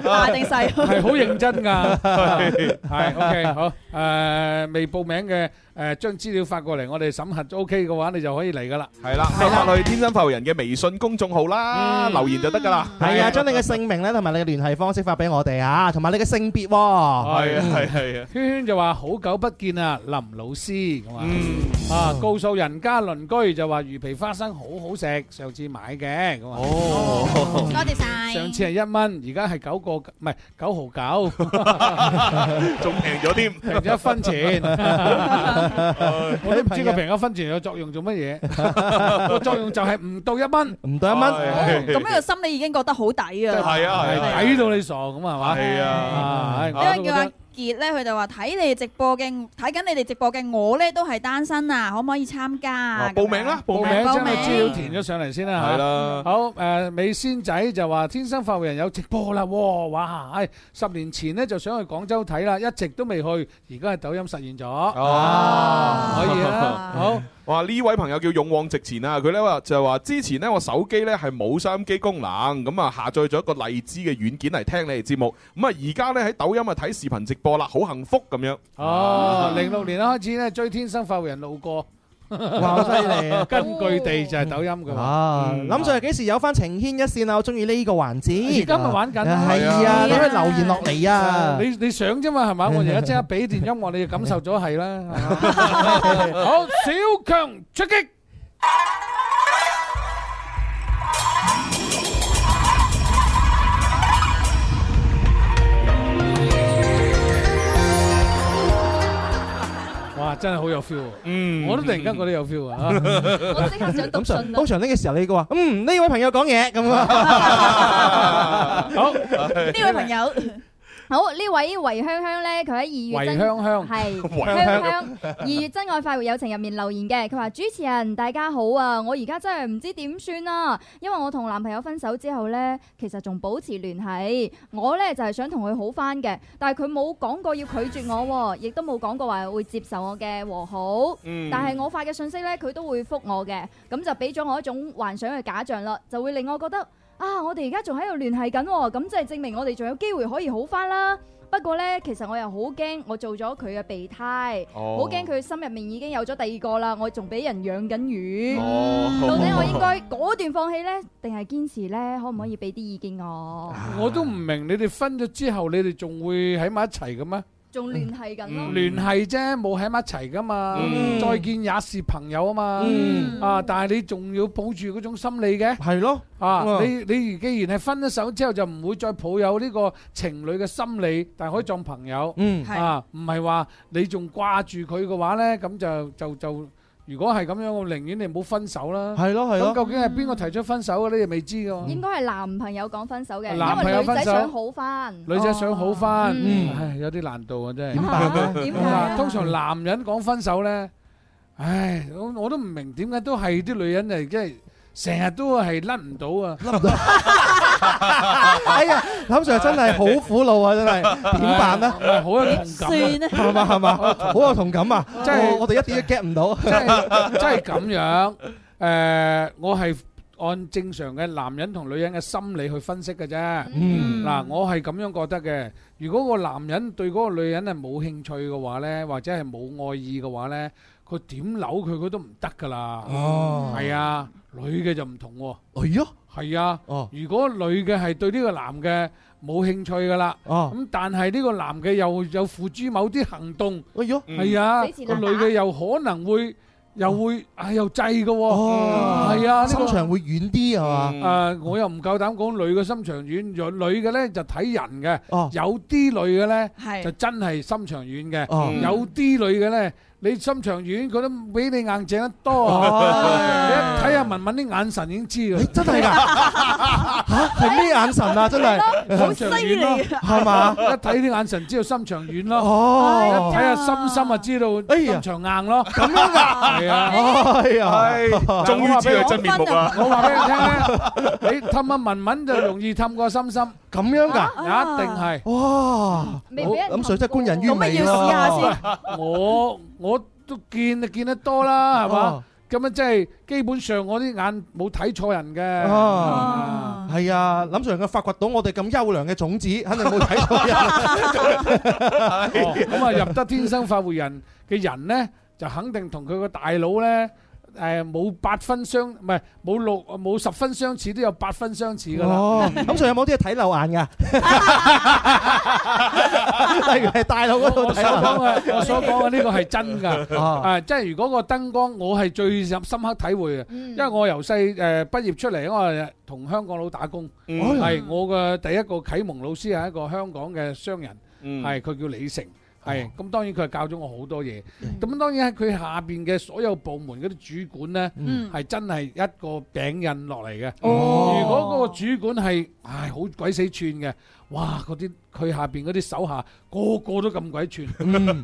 大定細
係好認真㗎，係 OK 好誒，未報名嘅誒，將資料發過嚟，我哋審核 OK 嘅話，你就可以嚟㗎啦。
係啦，就發去天生浮人嘅微信公眾號啦，
嗯
留言就得㗎啦。
係啊，將你嘅姓名咧同埋你嘅聯繫方式發俾我哋啊，同埋你嘅性別喎。
係
係
啊係啊係啊。
圈圈就話好久不見啊，林老師咁啊，啊告訴人家鄰居就話魚皮花生好好食，上次買嘅咁啊。哦，
多謝晒
上次係一蚊，而家係九個，唔係九毫 九，
仲平咗添，
平咗一 分錢。我都唔知個平一分錢有作用做乜嘢，個作用就係唔到一蚊，
唔到一
蚊
咁樣嘅心理已經覺得好抵啊。
係啊係啊抵到你傻咁啊係嘛
係啊
啊，
因為叫阿傑咧，佢就話睇你哋直播嘅，睇緊你哋直播嘅我咧都係單身啊，可唔可以參加啊？
報名啦，報名
報
將個
名
資料填咗上嚟先啦嚇
係啦
好誒，美仙仔就話天生發育人有直播啦，喎哇！唉，十年前呢就想去廣州睇啦，一直都未去，而家係抖音實現咗。
哦，
可以啊， 好。
哇！呢位朋友叫勇往直前啊，佢咧話就話之前呢，我手機呢係冇收音機功能，咁啊下載咗一個荔枝嘅軟件嚟聽你哋節目，咁啊而家呢，喺抖音啊睇視頻直播啦，好幸福咁樣。
哦，零六年開始咧追天生發育人路過。
哇好犀利啊
根據地就係抖音㗎
啊，諗住幾時有翻情牽一線啊？我中意呢個環節。
而家咪玩緊咯
係
係啊
啊，等佢留言落嚟啊！
你你想啫嘛係嘛？我而家即刻俾段音樂，你就感受咗係啦。係
哎
嘛好，小強出擊。哇！真係好有 feel 喎，
嗯，
我都突然間覺得有 feel 啊！
我
即刻想
咁常通常呢個時候你話嗯呢位朋友講嘢咁啊。
好，
呢位朋友。
好呢位維香香咧，佢喺二月真
維香香
係
維
香
香
香二月真愛快活友情入面留言嘅，佢話主持人大家好啊，我而家真係唔知點算啦，因為我同男朋友分手之後咧，其實仲保持聯繫，我咧就係想同佢好翻嘅，但係佢冇講過要拒絕我喎，亦都冇講過話會接受我嘅和好，
嗯
但係我發嘅信息咧，佢都會覆我嘅，咁就俾咗我一種幻想嘅假象啦，就會令我覺得。啊，我哋而家仲喺度聯繫緊喎，咁即係證明我哋仲有機會可以好翻啦。不過呢，其實我又好驚，我做咗佢嘅備胎，
哦
好驚佢心入面已經有咗第二個啦，我仲俾人養緊魚。
哦
到底我應該果斷放棄呢？定係堅持呢？可唔可以俾啲意見我？
嗯
我都唔明你哋分咗之後，你哋仲會喺埋一齊嘅咩？
仲聯繫緊
嗯
嗯
咯。
聯繫啫，冇喺埋一齊噶嘛。
嗯
再見也是朋友啊嘛。啊，但係你仲要抱住嗰種心理嘅。
嗯係咯。
啊！
嗯
你你既然係分咗手之後，就唔會再抱有呢個情侶嘅心理，但係可以當朋友。
嗯係
啊，唔係話你仲掛住佢嘅話呢，咁就就就。如果係咁樣，我寧願你唔好分手啦。
係咯係咯
咁究竟係邊個提出分手嘅呢？你未知嘅喎。
應該係男朋友講分手嘅，
男
因
朋
為
友
女仔
分手
想好翻。
女
哦
仔想好翻，
嗯
唉，有啲難度啊，真係。
點辦咧點解啊
嗱通常男人講分手咧，唉，我我都唔明點解都係啲女人嚟，即係成日都係甩唔到啊， 甩唔到。
哎呀，林 Sir 真係好苦惱啊！真係
À,
點辦呢？
好有同感啊點
係嘛係嘛，
Ờ,
好有同感啊！
真係
我我哋一啲都 get 唔到，
真係真係咁樣。誒，我係按正常嘅男人同女人嘅心理去分析 嘅啫。
嗯
嗱，我係咁樣覺得嘅。如果個男人對嗰個女人係冇興趣嘅話呢，或者係冇愛意嘅話呢，佢點扭佢佢都唔得噶啦。
哦
係啊，女嘅就唔同喎。
女咯，
係啊。如果女嘅係對呢個男嘅冇興趣噶啦，
哦
咁但係呢個男嘅又有付諸某啲行動，
哎呦，
係啊，
死纏
個
爛打
女嘅又可能會又會啊又制嘅喎，係啊，呢
心
個
腸會遠啲係嘛？
誒，我又唔夠膽講女嘅心腸軟，有女嘅咧就睇人嘅
哦，
有啲女嘅咧
係
就真係心腸軟
哦
嘅，有啲女嘅咧。你心腸軟，佢都比你硬淨得多
哦
啊！你一睇下文文啲眼神已經知啦，
真係 㗎嚇係咩眼神啊？真係
心腸軟咯，
係嘛？
一睇啲眼神知道心腸軟咯，
哦
一睇下心心啊知道心腸硬咯，咁
樣㗎，
係啊，
哎呀
係
終於知佢真面目啦
我話俾你聽咧，你氹阿文文就容易氹過心心，
咁樣㗎，
一定係。
哇！
未俾人
林 Sir 真係官人於
咁咪
美
要
咯，
試下先。我我都見就見得多啦，係嘛
哦？
咁樣即係基本上我啲眼冇睇錯人嘅。
啊，係啊，林 Sir 佢發掘到我哋咁優良嘅種子，肯定冇睇錯人。
哦咁啊入得天生快活人嘅人咧，就肯定同佢個大佬咧。誒冇八分相，唔係冇六冇十分相似，都有八分相似噶啦。
哦，咁仲有冇啲係睇漏眼㗎？例如係大佬嗰
我
度
我
睇
所
漏
講
眼
嘅，我所講嘅呢個係真㗎。
哦
啊，即係如果個燈光，我係最深深刻體會嘅，因為我由細誒畢業出嚟，我係同香港佬打工，
嗯
係我嘅第一個啟蒙老師係一個香港嘅商人，係佢叫李成。係，咁當然佢係教咗我好多嘢。咁當然喺佢下邊嘅所有部門嗰啲主管呢，
嗯
係真係一個餅印落嚟嘅。
哦
如果嗰個主管係唉好鬼死串嘅，哇！嗰啲佢下邊嗰啲手下個個都咁鬼串。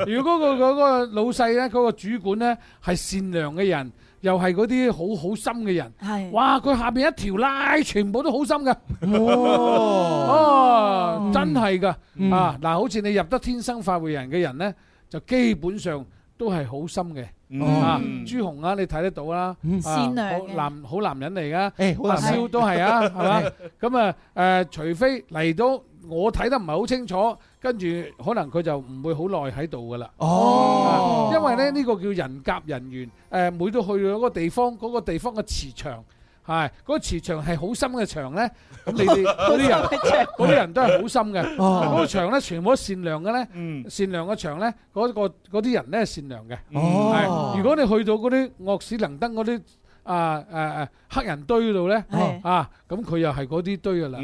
如果個嗰個老細呢，嗰個主管呢，係善良嘅人，又係嗰啲好好心嘅人，
係
哇！佢下邊一條拉全部都好心嘅。
哦
哦，真係噶啊！嗱，好似你入得天生快活人嘅人呢，就基本上都係好心嘅。啊，朱紅啊，你睇得到啦，啊
善良
好
嘅
男好男人嚟噶，
嗯誒好
阿
男人
蕭都係 啊，係嘛？咁啊誒，除非嚟到我睇得唔係好清楚，跟住可能佢就唔會好耐喺度噶啦。
哦
啊因為咧呢個叫人夾人緣，誒每到去到嗰個地方，嗰個地方嘅磁場。係，嗰個磁場係好深嘅場咧，咁你 哋嗰啲人，嗰啲人都係好深嘅。
哦嗯
嗰個場咧，全部都善良嘅咧，善良嘅場咧，嗰個嗰啲人咧係善良嘅。
哦
係如果你去到嗰啲惡死能登嗰啲。啊，啊誒誒黑人堆嗰度咧，啊咁佢又係嗰啲堆噶啦，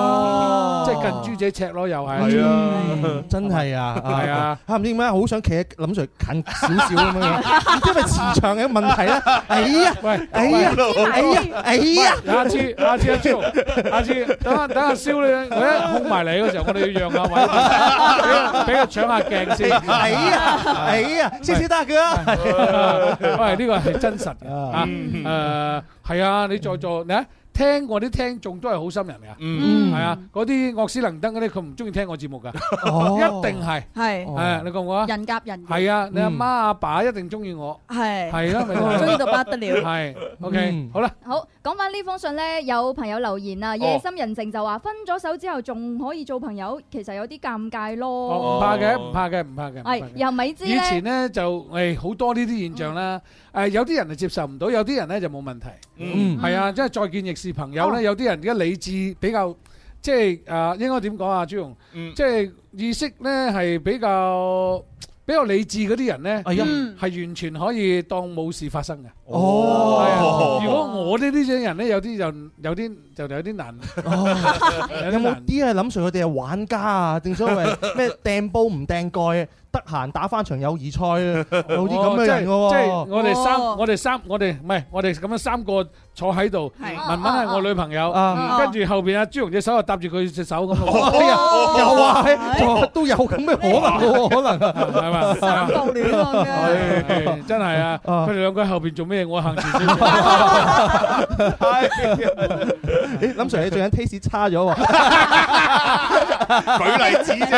哦
即係近朱者赤咯，又係。
係
Ừ.
啊，真係啊，
係啊，
啊唔知點解好想企喺林 Sir 近少少咁樣樣，嗯因為磁場嘅問題咧，哎呀，
喂，
哎呀，哎呀，哎呀，
喂下次下次阿朱，下次等下等下燒你， 我一控埋你嗰時候，我哋要讓下位，俾俾佢搶下鏡先。
哎呀，哎呀，謝謝大哥。
喂，呢個係真實嘅啊！誒，係啊，你在座你睇聽我啲聽眾都係好心人嚟啊，
嗯
係啊，嗰啲樂斯能登嗰啲佢唔中意聽我節目㗎，
哦
一定係
係
誒，你覺唔覺啊？
人夾人嘅
係啊，你阿媽阿爸一定中意我，
係
係啦，咪就係
中意到不得了
係 OK，好啦，
好，講翻呢封信呢，有朋友留言
哦
啊，夜深人靜就話分咗手之後仲可以做朋友，其實有啲尷尬
我
咯。
哦唔怕嘅，唔怕嘅，唔怕嘅唔怕
係
嘅。
又咪知
以前
呢？
咧就誒好多呢啲現象啦，誒有啲人係接受唔到，有啲人咧就冇問題。
嗯
係啊，即係再見亦是朋友
哦
咧，有啲人而家理智比較，即係誒應該點講啊，朱容，
嗯
即係意識咧係比較比較理智嗰啲人咧，
哎呀
係完全可以當冇事發生嘅。
哦
係啊如果我哋呢種人咧，有啲就有啲就有啲難。
有冇啲係諗住佢哋係玩家啊？正所 謂咩掟煲唔掟蓋，得閒打翻場友誼賽 啊，有啲咁嘅人嘅
哦
喎。
即係即係我哋三，我哋三，我哋唔係，我哋咁樣三個坐喺度，文文係我女朋友，嗯跟住後邊阿朱紅隻手又搭住佢隻手咁
哦哎呀
喎，
又話係都有咁嘅可能喎，可能
係嘛？三角戀啊，真係啊！佢哋兩個喺後邊做咩？我行前 先。
誒，哦 林 Sir 你最近 taste 差咗喎。
舉例子 啫，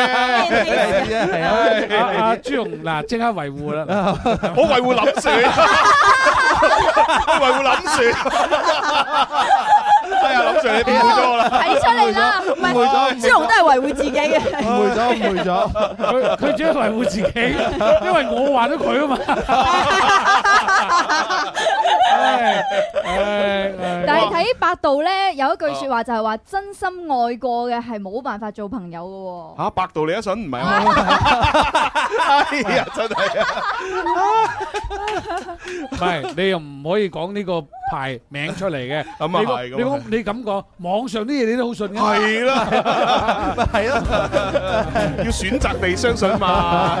舉例子啫係啊
阿阿朱紅嗱，即刻維護啦！
我維護林 Sir，維護林 Sir。哎呀，林 Sir 你誤會咗 我啦，
睇出嚟啦，唔
誤會咗
係朱紅都係維護自己嘅，
誤 會咗，誤會咗。
佢佢只係維護自己，因為我話咗佢啊嘛。
但係睇百度呢，有一句説話就係話真心愛過嘅係冇辦法做朋友嘅喎。
嚇，百度你一信唔係啊？哎呀，真係啊！
唔係，你又唔可以講呢個牌名出嚟嘅。
咁啊
你個
係咁啊
你講你咁講，網上啲嘢你都好信嘅。
係啦，
係
要選擇地相信嘛。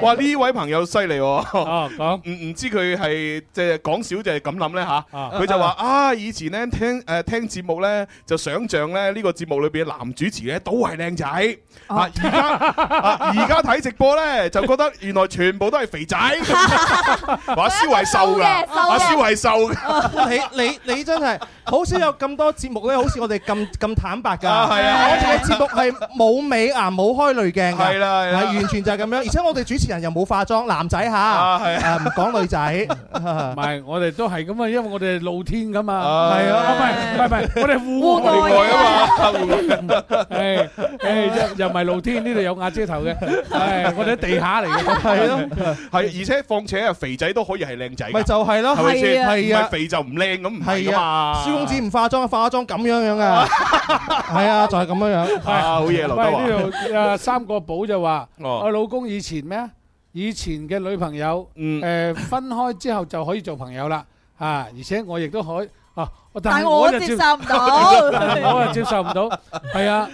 哇！呢位朋友犀利喎，
哦
講
唔唔知佢係即係講少就係咁諗咧吓，
啊
佢就話啊，以前咧聽誒聽節目咧，就想像咧呢個節目裏邊嘅男主持咧都係靚仔啊，而家啊而家睇直播咧就覺得原來全部都係肥仔，話蕭係瘦㗎，
嘅瘦嘅
阿蕭係瘦㗎。
你你你真係好少有咁多節目咧，好似我哋咁 咁坦白㗎。
啊係啊
我哋嘅節目係冇美顏、冇開濾鏡㗎。
係啦係啦
係完全就係咁樣。而且我哋主持人又冇化妝，男仔嚇，
係
誒唔講 女仔。
唔係，我哋都係咁啊，因為我哋露天噶嘛。
係啊
唔係唔係唔係， 我哋戶
戶外啊嘛
嘛。誒 誒，又又唔係露天，呢度有瓦遮頭嘅。係我哋喺地下嚟嘅。
係咯，
係而且況且啊，肥仔都可以係靚仔㗎，
咪就係咯
係咪先？
係啊
唔係肥就唔靚咁，唔係
係
㗎嘛。
啊，蕭公子唔化妝，化咗妝咁樣 樣啊。係啊，就係咁樣樣。
啊，好嘢，劉德華。
喂呢 度啊，三個寶就話：
哦
我老公以前咩啊？以前嘅女朋友，誒分開之後就可以做朋友啦。啊，而且我亦都可以。啊！
但
係
我
就
接受唔 到
我就接受唔到，係啊，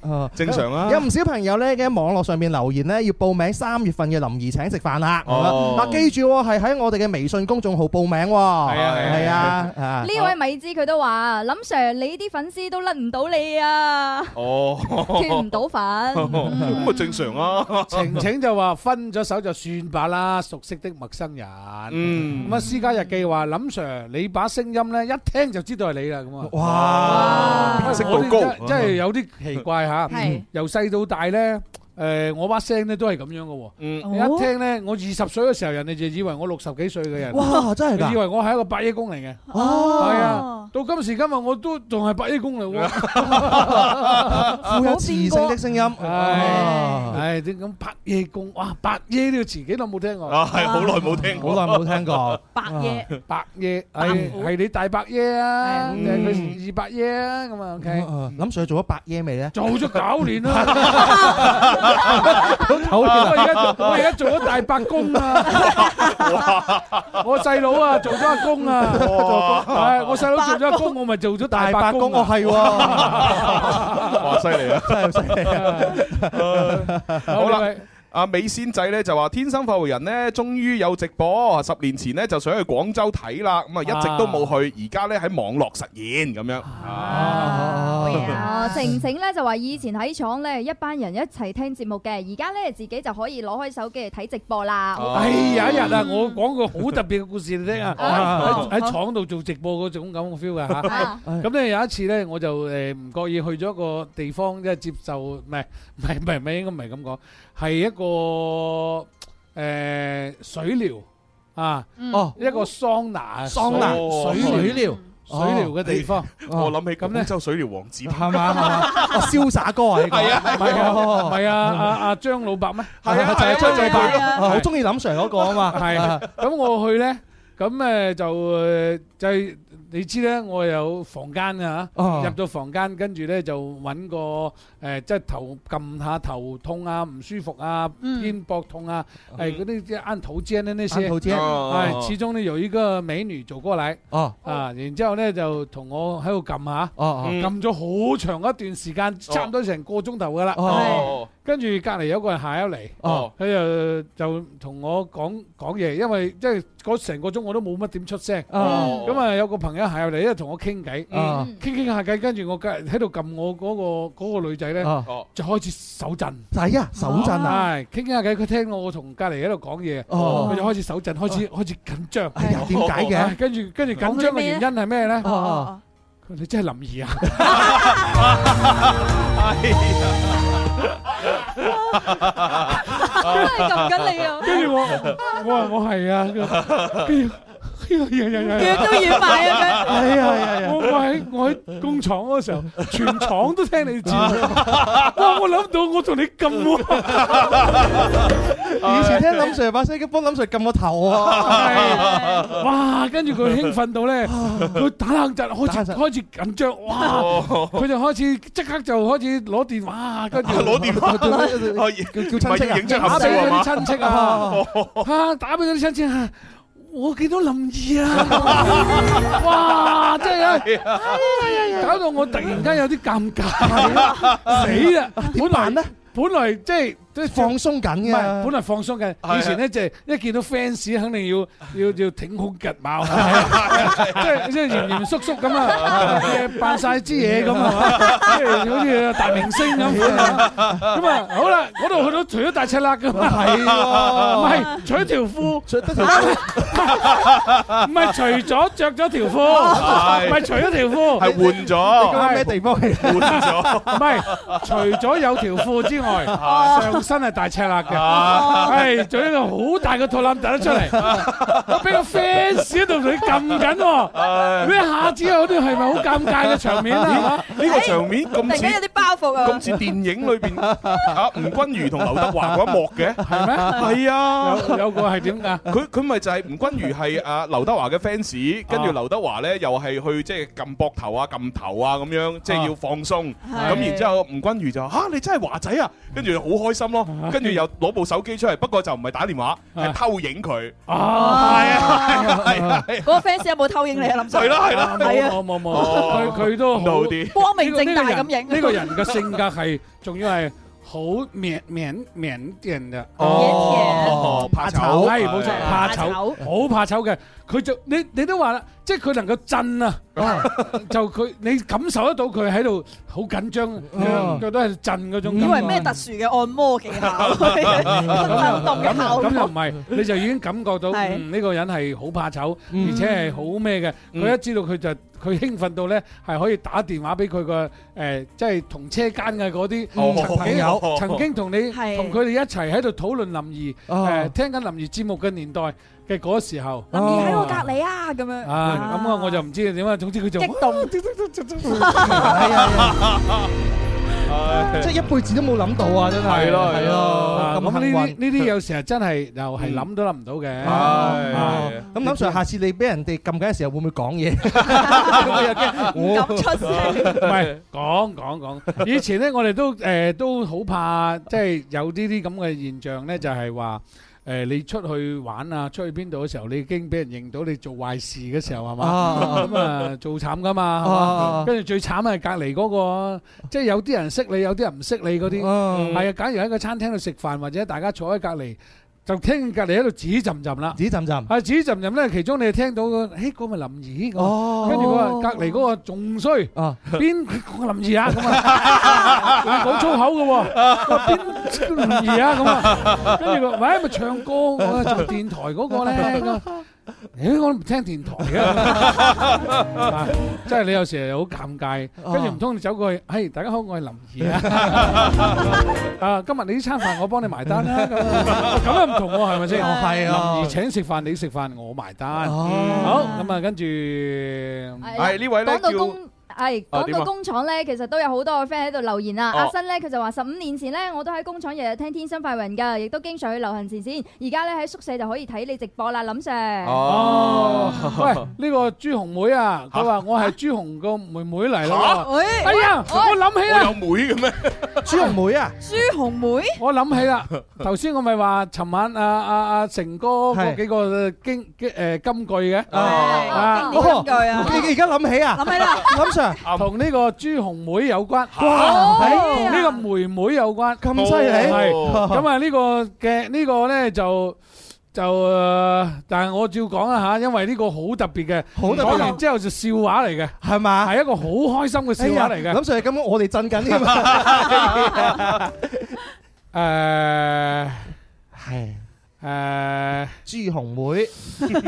啊
正常啊
有唔少朋友咧嘅網絡上面留言咧，要報名三月份嘅林怡請食飯啦。
哦
嗱，記住喎係喺我哋嘅微信公眾號報名喎。係
啊係啊
係啊，
係
啊
呢位米芝佢都話：林 Sir，你啲粉絲都甩唔到你啊，
哦，
脱唔到
哦
粉。
咁啊正常啊。
晴晴就話分咗手就算吧啦，熟悉的陌生人。
嗯
咁啊，私家日記話林 Sir，你把聲音咧一聽就知道係你啦，咁啊。
哇識度高
我啲真真係有啲奇怪嚇。
係
由細到大咧。誒，我把聲咧都係咁樣嘅喎，你一聽咧，我二十歲嘅時候，人哋就以為我六十幾歲嘅人，
哇真係㗎
以為我係一個伯爺公嚟嘅，
哦
係啊，到今時今日我都仲係伯爺公嚟喎。
富有磁性的聲音。
唉，唉，啲咁白夜公，哇，白夜呢個詞幾耐冇聽過？
啊係好耐冇聽過
好耐冇聽過 啊
白
夜，
白夜係係你大白夜啊，定係佢二白夜啊？咁啊，OK，
嗯啊林 Sir 做咗白嘢未咧？
做咗九年啦，我而家我而家做咗大白公啊！我細佬啊做咗阿公啊，係我細佬做咗阿公，我咪做咗大白公啊！係
哇，犀利 啊！
真系犀利
啊！
啊
好啦。阿美仙仔咧就話：天生快活人呢，終於有直播。十年前呢，就想去廣州睇啦，咁啊一直都冇去，而家呢，喺網絡實現咁樣。
啊
啊
哦，晴晴咧就話以前喺廠咧一班人一齊聽節目嘅，而家咧自己就可以攞開手機嚟睇直播啦。
哎有一日啊，我講個好特別嘅故事你聽啊，
哦
喺喺廠度做直播嗰種咁嘅 feel 嘅
啊
嚇。咁咧有一次咧，我就誒唔覺意去咗一個地方，即係接受唔係唔係唔係唔係應該唔係咁講，係一個誒水療啊，
嗯哦
一個桑拿
桑拿
啊
哦
水
水
水療
療
水療嘅地方。
哦啊我諗起廣州水療王子係
哦嘛係嘛哦瀟灑哥啊呢個
係啊
唔係啊
哦
唔係啊，阿阿張老伯咩？
係啊 就係張老伯係啊哦好鍾
意林 Sir 嗰個啊嘛。係啊咁我去咧，咁誒呃就誒就係你知咧，我有房間啊，
哦
入到房間，跟住咧就揾個誒即係頭撳下頭痛啊，唔舒服啊，
嗯
肩膊痛啊，誒嗰啊啲即係呃按頭肩的那些，
按頭肩
哎
哦
其中呢有一個美女走過來。
哦
啊，然之後咧就同我喺度撳下，
哦嗯
撳咗好長一段時間，差唔多成個鐘頭噶啦。
哦
跟住隔離有個人下咗嚟，
哦
佢就就同我講講嘢，因為即係嗰成個鐘我都冇乜點出聲。
哦
咁啊有個朋友下入嚟，因為同我傾偈，
哦
傾傾下偈，跟住我隔喺度撳我嗰個嗰個女仔咧
哦，
就開始手震。
仔啊，手震啊！
係傾傾下偈，佢聽我同隔離喺度講嘢，
哦
佢就開始手震，開始開始緊張。哦
哎呀點解嘅
唉跟住跟住緊張嘅原因係咩咧？
哦
佢話你真係林 怡啊！
啊真
撳緊你啊跟住我我話我係啊，佢話跟住。哎呀呀呀呀！
腳都軟埋啊佢
哎呀呀呀！我我喺我喺工廠嗰時候，全廠都聽你節目。 哇！我諗到我同你咁喎，
以前聽林 Sir 把聲，一幫林 Sir 撳個頭啊！
哇！跟住佢興奮到咧， 佢打冷震，哦開始開始緊張，哇！佢就開始即刻就開始攞電話， 跟住
攞電話
叫
叫親戚啊
影張合照
係
俾
嘛
啲親戚 啊，嚇打俾嗰啲親戚啊！我見到林怡 啊！哇！真係啊，啊搞到我突然間有啲尷 尬，死啦！本來咧， 本來即係都放
鬆緊嘅
唔係本來放鬆
係
緊。
啊
以前咧就係一見到 fans 肯定要要要挺胸趌馬，即係即係嚴嚴肅肅咁啊，扮晒支嘢咁啊，即係好似大明星咁咁啊，好啦，嗰度去到除咗大赤肋噶嘛，
係喎
唔係除咗條褲，除
得
條 唔係除咗着咗條褲，
係
唔係除咗條褲，
係換咗你講咩地
方嚟？
換咗
唔係除咗有條褲之 外，
係
上身係大赤肋嘅，
哦
係仲有一個好大嘅肚腩突得出 嚟，我俾個 fans 喺度同你撳緊喎，你一下子嗰啲係咪好尷尬嘅場面啊？
咦呢個場面
突然
咁
間有
似
啲包袱啊！
咁似電影裏邊啊吳君如同劉德華嗰一幕嘅，
係咩
係啊，
有有個係點㗎？
佢佢咪就係吳君如係啊劉德華嘅 fans，跟住
啊
劉德華咧又係去即係撳膊頭啊、撳頭啊咁樣，即係要放鬆。
係
咁然之後吳君如就嚇你真係華仔啊，跟住好開心 咯，跟住又攞部手機出嚟，不過就唔係打電話，
啊
係偷影佢。
嗰個 fans 有冇偷影你啊？林 Sir
係啦係啦
係啊，
冇冇冇，佢佢都哦好啲，
光明正大咁影
呢個 人嘅性格係，仲要係好腼腼腆腆嘅，
哦怕醜
係冇錯，
係
怕
怕醜
醜，好怕醜嘅。佢就你你都話啦，即係佢能夠震啊，就佢你感受得到佢喺度好緊張，
哦
佢都係震嗰種感
以
覺。
為咩特殊嘅按摩技巧？
咁
運動嘅
咁
效果
咁又唔係，你就已經感覺到
係
嗯呢個人係好怕醜，
嗯
而且係好咩嘅。
嗯
佢一知道佢就佢興奮到咧，係可以打電話俾佢個誒，即係同車間嘅嗰啲
哦
曾經
朋友
曾 經同你
係
同佢哋一齊喺度討論林怡
哦
誒，聽緊林怡節目嘅年代嘅嗰時候。
林怡
哦
喺我隔離啊，咁樣
啊，咁啊，我就唔知點啊。總之佢就
激動，
啊
即係一輩子都冇諗到啊！真係
係咯係咯
係咯，咁
啊咁
幸
呢啲
運。
呢啲有時係真係又係諗都諗唔到嘅。啊
咁林 Sir，下次你俾人哋撳緊嘅時候，會唔會講嘢？
唔
我又驚，
敢出聲。唔係講講講，以前咧我哋都誒都好怕，即係有呢啲咁嘅現象咧，就係話。誒你出去玩啊，出去邊度嘅時候，你已經俾人認到你做壞事嘅時候係嘛？
啊
咁啊做慘噶嘛係
啊
嘛，跟住最慘係隔離嗰個，即係有啲人識你，有啲人唔識你嗰啲，
啊
係啊。假如喺個餐廳度食飯，或者大家坐喺隔離。就聽隔離喺度指浸浸啦，
指浸浸，
係指浸浸咧，其中你聽到個，誒嗰咪林怡咁，
哦
跟住佢話隔離嗰個仲衰，邊個林怡啊咁啊，佢講粗口嘅喎，話邊林怡啊咁啊，跟住佢話，喂咪唱歌，我做電台嗰個咧，咁啊誒我都唔聽電台嘅，啊即係你有時係好尷尬，跟住唔通你走過去，係大家好，我係林怡啊，啊今日你呢餐飯我幫你埋單啦，咁啊咁又唔同喎，係咪先？
係啊
林怡請食飯，你食飯我埋單，好
哦
咁啊，跟住係
講到工係
啊
講
點啊
到工廠咧，其實都有好多個 friend 喺度留言啊。
哦
阿新咧佢就話：十五年前咧，我都喺工廠日日聽《天生快運》㗎，亦都經常去流行前線。而家咧喺宿舍就可以睇你直播啦，林 Sir。
哦，喂，呢個朱紅妹啊，佢話我係朱紅個妹妹嚟啦喎。哎呀，我諗起啦，
有妹嘅咩？
朱紅妹啊，
朱紅妹，
我諗起啦。頭先我咪話，尋晚阿阿阿成哥嗰
係
幾個經經誒金句嘅，
啊
啊
經典金句啊你你而家諗起啊諗起啦林 Sir
同呢個朱紅妹有關，
哇
係
哦
同呢個妹妹有關，咁
犀利
係咁啊，呢個嘅呢個咧就。就誒，但係我照講啦嚇，因為呢個好特別嘅，
好特別啊
講完之後就笑話嚟嘅，
係嘛？
係一個好開心嘅笑話嚟嘅。
哎呀林 Sir，咁我哋震緊添 啊！
誒
係
誒
朱紅妹，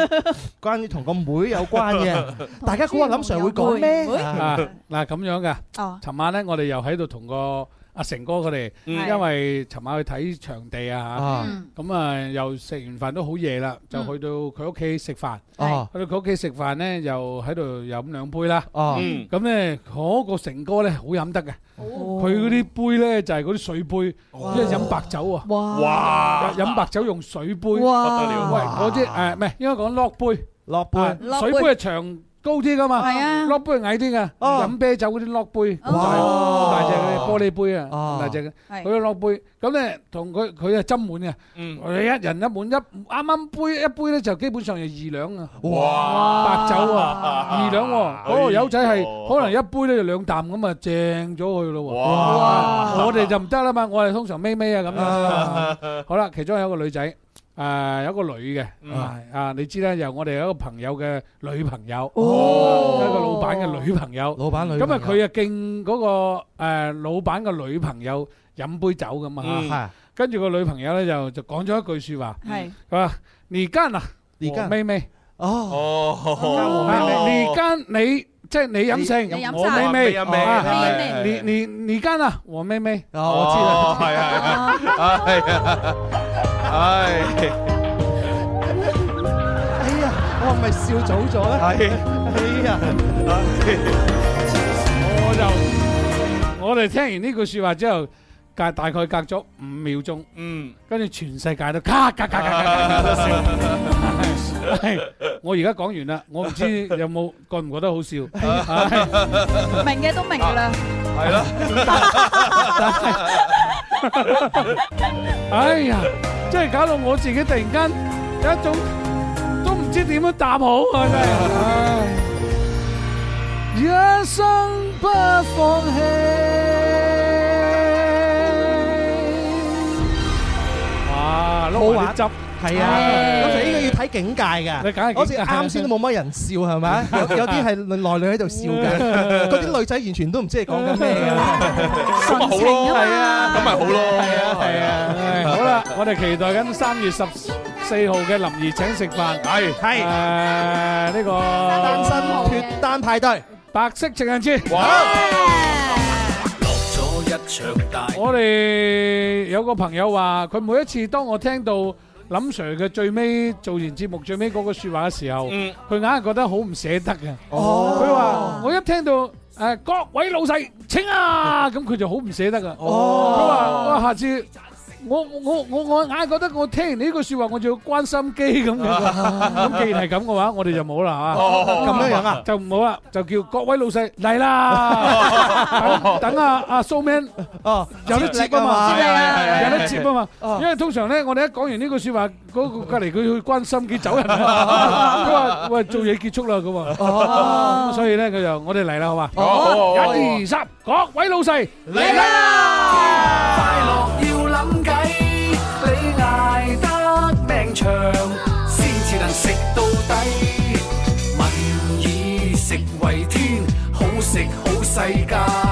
關於同個妹有關 嘅，大家估下林 Sir 會講咩？
啊嗱咁樣噶
哦，
尋晚咧我哋又喺度同個阿成哥佢哋，
嗯
因為尋晚去睇場地啊
啊
嚇，咁啊又食完飯都好夜啦，就去到佢屋企食飯，
哦
去到佢屋企食飯咧又喺度飲兩杯啦，
哦
嗯咁咧嗰個成哥咧好飲得嘅，佢嗰啲杯咧就係嗰啲水杯，因為飲白酒啊，
哇
飲白酒用水杯，
哇不得了
喂嗰啲誒唔係應該講 lock 杯。
落杯
啊，
落
水
杯
杯係長高啲噶嘛，
係啊
，lock 杯係矮啲噶，飲啤酒嗰啲 lock 杯，咁大
哦
大隻嘅玻璃杯啊，
哦
咁大隻嘅，
係
佢個 lock 杯，咁咧同佢佢係斟滿嘅，
嗯
我哋一人一滿一，啱啱杯一杯咧就基本上係二兩啊，
哇
白酒啊，二兩喎，嗰個友仔
哎
係
呦
可能一杯咧就兩啖咁啊，正咗佢咯喎，
哇
我哋就唔得啦嘛，我哋通常咪咪 啊咁樣。好啦，其中有一個女仔，誒有一個女嘅，啊你知啦，由我哋有一個朋友嘅女朋友，一個老闆嘅女朋友，老闆
女
咁啊
朋
佢啊敬嗰個誒老闆嘅女朋友飲杯酒咁
嗯係
啊，跟住個女朋友咧就就講咗一句説話，
係
佢話你間啊，你
干
妹妹，
哦，
你間你。即係你飲剩，
你飲
我
晒
妹妹，
我妹妹
啊
妹
你你你間啊，我妹妹，
哦，係係
啊
係，係係。
哎呀，我係咪笑早咗咧？
係，
哎呀，
我就我哋聽完呢句說話之後，隔大概隔咗五秒鐘，
嗯，
跟住全世界都咔咔咔咔咔咔咔笑。係我而家講完啦，我唔知有冇覺唔覺得好笑？係
明嘅都明㗎啦。
係啦。
哎呀，即係搞到我自己突然間有一種都唔知點樣答好啊！真係。唉一生不放棄。哇，
好
撈埋
玩
啲汁，
係啊，咁就呢個要睇境界
你
㗎。
梗係境
好似
界
啱先都冇乜人笑係咪？ 有有啲係內裏喺度笑嘅，嗰啲女仔完全都唔知你講緊咩㗎。
咁咪好咯，係啊，咁咪好咯，係啊，係
啊。唉好啦，我哋期待緊三月十四號嘅林怡請食飯，
係
係誒呢個
單身脱單派對，
白色情人節。我哋有個朋友話，佢每一次當我聽到林 Sir 嘅最尾做完節目最尾嗰個説話嘅時候，佢硬係覺得好唔捨得嘅。佢話我一聽到 誒各位老細請啊，咁佢就好唔捨得噶。佢話我下次。我我我我硬係覺得我聽完呢句説話，我就要關心機咁樣。咁既然係咁嘅話，我哋就冇啦嚇。
哦咁樣樣啊
就唔好啦，就叫各位老細嚟啦。等等啊阿蘇 Man 有得接啊嘛，
接力啊
有得接啊嘛。
哦
因為通常咧，我哋一講完呢句説話，嗰個隔離佢去關心機走 人。佢話：喂，做嘢結束啦咁喎。
哦
咁所以咧，佢就我哋嚟啦，好嘛？
好好好好
一二三，各位老細嚟啦！
要諗計，你捱得命長，先至能食到底。民以食為天，好食好世界。